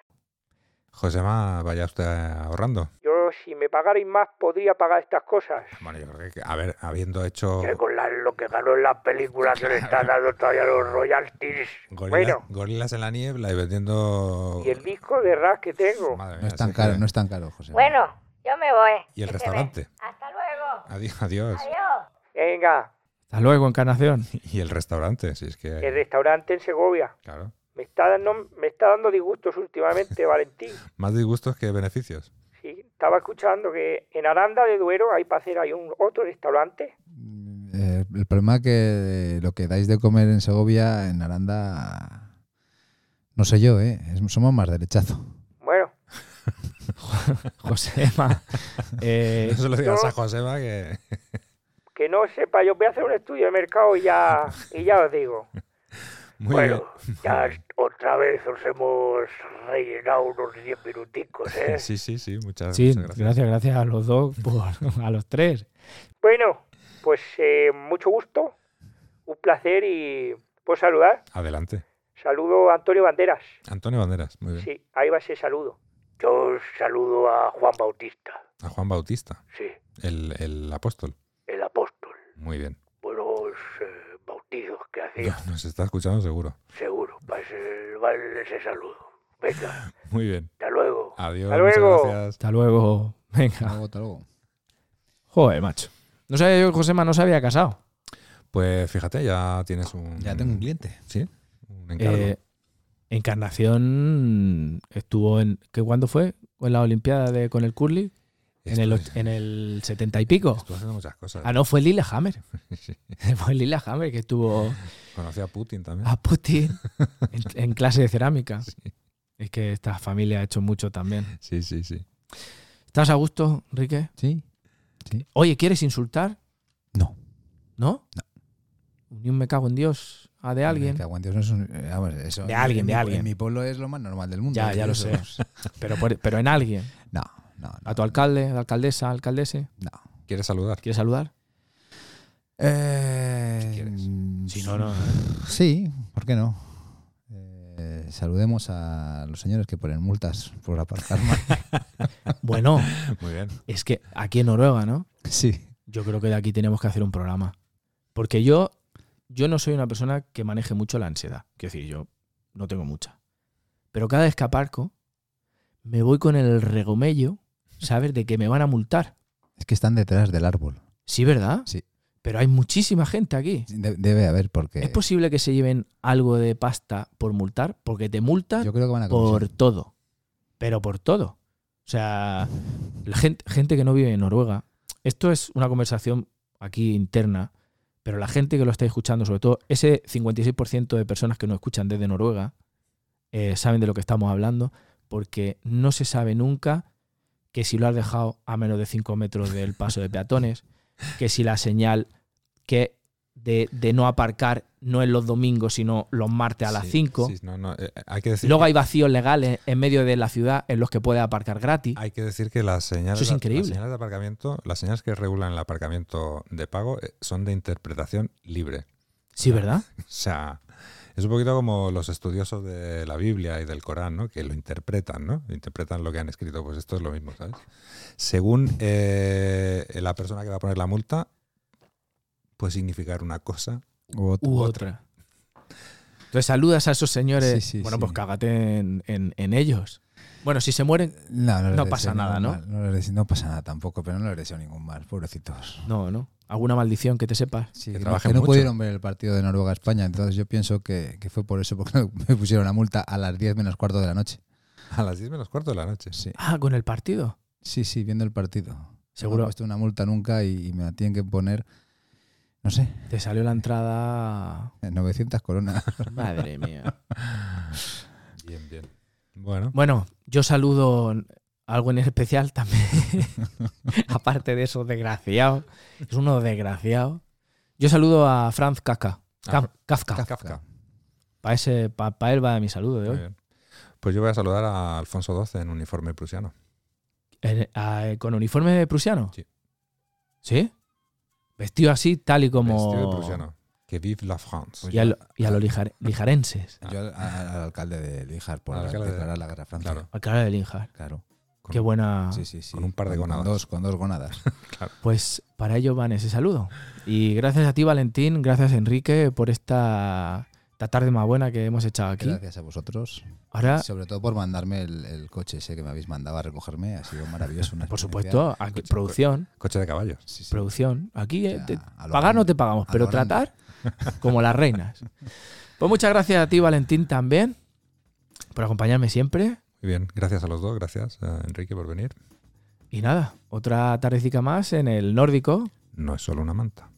C: Josema, vaya usted ahorrando.
F: Yo, si me pagarais más, podría pagar estas cosas.
C: Bueno, yo creo que, a ver, habiendo hecho
F: con lo que ganó en las películas que le están dando todavía los royalties.
C: gorila- Oh.
F: Bueno,
C: gorilas en la niebla y vendiendo...
F: y el disco de ras que tengo.
C: Madre
D: No
C: mía,
D: es tan
C: sí eh.
D: caro,
C: que-
D: no es tan caro, José.
G: Bueno, yo me voy.
C: Y el
G: Que se ve.
C: restaurante. Ah.
G: Hasta luego.
C: Adi- Adiós.
G: Adiós.
F: Venga,
B: Hasta luego, Encarnación.
C: Y el restaurante, si es
F: el
C: que...
F: restaurante en Segovia.
C: Claro.
F: Me está dando, me está dando disgustos últimamente, Valentín.
C: Más disgustos que beneficios.
F: Sí, estaba escuchando que en Aranda de Duero hay para hacer hay un otro restaurante.
D: Eh, el problema es que lo que dais de comer en Segovia, en Aranda. No sé yo, ¿eh? Es- Somos más derechazo.
F: Bueno,
B: Josema. eh,
C: No se lo digas
F: yo-
C: a Josema que...
F: que no sepa, yo voy a hacer un estudio de mercado y ya, y ya os digo.
C: Muy
F: ya otra vez os hemos rellenado unos 10 minuticos, ¿eh?
C: bien. Sí, sí, sí. Muchas,
B: sí,
C: muchas gracias.
B: gracias, gracias a los dos, por, a los tres.
F: Bueno, pues eh, mucho gusto, un placer y pues saludar.
C: Adelante.
F: Saludo a Antonio Banderas.
C: Antonio Banderas, muy bien.
F: Sí, ahí va ese saludo. Yo saludo a Juan Bautista,
C: A Juan Bautista,
F: sí,
C: el, el apóstol.
F: el apóstol.
C: Muy bien.
F: Buenos bautizos que
C: Nos está escuchando seguro.
F: Seguro, para ese, vale ese saludo. Venga,
C: Muy bien.
F: hasta luego.
C: Adiós.
F: Hasta
C: muchas
F: luego.
C: gracias.
B: Hasta luego.
D: Hasta
B: Venga.
D: luego, hasta luego.
B: Joder, macho. No sabía yo que Josema no se había casado.
C: Pues fíjate, ya tienes un.
D: Ya tengo un cliente.
C: Sí, un encargo.
B: Eh, Encarnación estuvo en. ¿que ¿Cuándo fue? ¿En la Olimpiada de, con el Curly? En el, och-
C: Estuve-
B: en el 70 y pico.
C: estuve haciendo muchas cosas.
B: Ah, no, fue Lila Hammer.
C: Sí.
B: Fue Lila Hammer que estuvo
C: Conocí a Putin también.
B: a Putin en, en clase de cerámica.
C: Sí.
B: Es que esta familia ha hecho mucho también.
C: Sí, sí, sí.
B: ¿Estás a gusto, Enrique?
D: Sí.
B: Oye, ¿quieres insultar?
D: No.
B: ¿No? Ni un me cago en Dios. A de alguien.
D: Que aguante, eso es un- eh, vamos, eso
B: De
D: en-
B: alguien,
D: en
B: de
D: mi-
B: alguien.
D: En mi pueblo es lo más normal del mundo.
B: Ya, ya lo
D: Eso
B: sé.
D: es-
B: Pero, por- pero en alguien.
D: No, no, no.
B: A tu alcalde, a la alcaldesa, alcaldese.
D: no.
C: ¿Quieres saludar?
B: ¿Quieres saludar?
D: Eh,
C: Si quieres.
D: mm,
B: no.
D: Sí, ¿por qué no? Eh, saludemos a los señores que ponen multas por aparcar mal.
B: Bueno,
C: Muy bien.
B: es que aquí en Noruega, ¿no?
D: sí.
B: Yo creo que de aquí tenemos que hacer un programa. Porque yo, yo no soy una persona que maneje mucho la ansiedad. Quiero decir, yo no tengo mucha. Pero cada vez que aparco, me voy con el regomello, ¿sabes? De que me van a multar.
D: Es que están detrás del árbol.
B: Sí, ¿verdad?
D: Sí.
B: Pero hay muchísima gente aquí.
D: De- debe haber, porque
B: ¿Es posible que se lleven algo de pasta por multar? Porque te multan
D: yo creo que van a
B: por
D: comisión.
B: todo. Pero por todo. O sea, la gente, gente que no vive en Noruega. Esto es una conversación aquí interna, pero la gente que lo está escuchando, sobre todo ese 56% de personas que nos escuchan desde Noruega, eh, saben de lo que estamos hablando, porque no se sabe nunca que si lo has dejado a menos de 5 metros del paso de peatones, que si la señal que de, de no aparcar no es los domingos, sino los martes a las
C: Sí,
B: 5.
C: sí, no, no, eh, hay que decir.
B: Luego
C: que-
B: hay vacíos legales en medio de la ciudad en los que puedes aparcar gratis.
C: Hay que decir que las señales,
B: Eso es
C: las-
B: increíble.
C: las señales de aparcamiento, las señales que regulan el aparcamiento de pago eh, son de interpretación libre.
B: Sí, ¿verdad?
C: O sea, es un poquito como los estudiosos de la Biblia y del Corán, ¿no? Que lo interpretan, ¿no? Interpretan lo que han escrito. Pues esto es lo mismo, ¿sabes? Según eh, la persona que va a poner la multa, puede significar una cosa.
D: U ot-
B: u otra. Entonces saludas a esos señores.
D: Sí, sí,
B: bueno,
D: sí.
B: pues cágate en, en- en ellos. Bueno, si se mueren.
D: No, les
B: No
D: deseo
B: pasa
D: ningún
B: nada, ¿no?
D: mal, les deseo- no pasa nada tampoco, pero no les deseo ningún mal, pobrecitos.
B: No, no. Alguna maldición que te sepas.
D: Sí,
C: Que
D: que, no-
C: trabajen
D: que no
C: mucho.
D: pudieron ver el partido de Noruega-España, entonces yo pienso que, que fue por eso, porque me pusieron la multa a las 10 menos cuarto de la noche.
C: A las 10 menos cuarto de la noche.
D: Sí,
B: Ah, con el partido.
D: sí, sí viendo el partido. No me
B: Seguro
D: han puesto una multa nunca y, y me la tienen que poner, no sé,
B: te salió la entrada.
D: 900 coronas.
B: Madre mía.
C: Bien, bien. Bueno,
B: Bueno, yo saludo a algo en especial también. Aparte de esos desgraciados. Es uno desgraciado. Yo saludo a Franz Kafka. Kaf- Kafka.
C: Kafka.
B: Para ese, pa, pa él va mi saludo de
C: Muy
B: hoy.
C: bien. Pues yo voy a saludar a Alfonso XII en uniforme prusiano.
B: Eh, ah, ¿Con uniforme prusiano?
C: Sí.
B: ¿Sí? Vestido así, tal y como.
C: Vestido de prusiano. Pues Que vive la France.
B: Y a, lo- y a los lijar- lijarenses.
D: Yo al, al- al alcalde de Lijar por
C: Ah. Al alcalde de-
D: declarar la guerra a Francia.
C: Claro.
B: Al cara Ah, de Linjar.
D: Claro.
C: Con-
B: Qué buena.
D: Sí, sí, sí.
C: con un par de gonadas.
D: dos, con dos gonadas.
B: Pues para ellos van ese saludo. Y gracias a ti, Valentín. Gracias, Enrique, por esta, esta tarde más buena que hemos echado aquí.
D: Gracias a vosotros.
C: Ah.
B: Ahora,
D: Sobre todo por mandarme el, el coche ese que me habéis mandado a recogerme. Ha sido maravilloso. una
B: por
D: experiencia.
B: supuesto, aquí,
C: Escucha,
B: producción.
C: Coche de caballos.
D: Sí, sí.
B: Producción. Aquí eh,
D: O sea,
B: te-
D: a lo
B: pagar no
D: grande,
B: te pagamos,
D: a
B: pero
D: lo grande.
B: tratar como las reinas. Pues muchas gracias a ti, Valentín, también, por acompañarme siempre.
C: Muy bien. Gracias a los dos. Gracias, a Enrique, por venir.
B: Y nada, otra tardecica más en el nórdico.
C: No es solo una manta.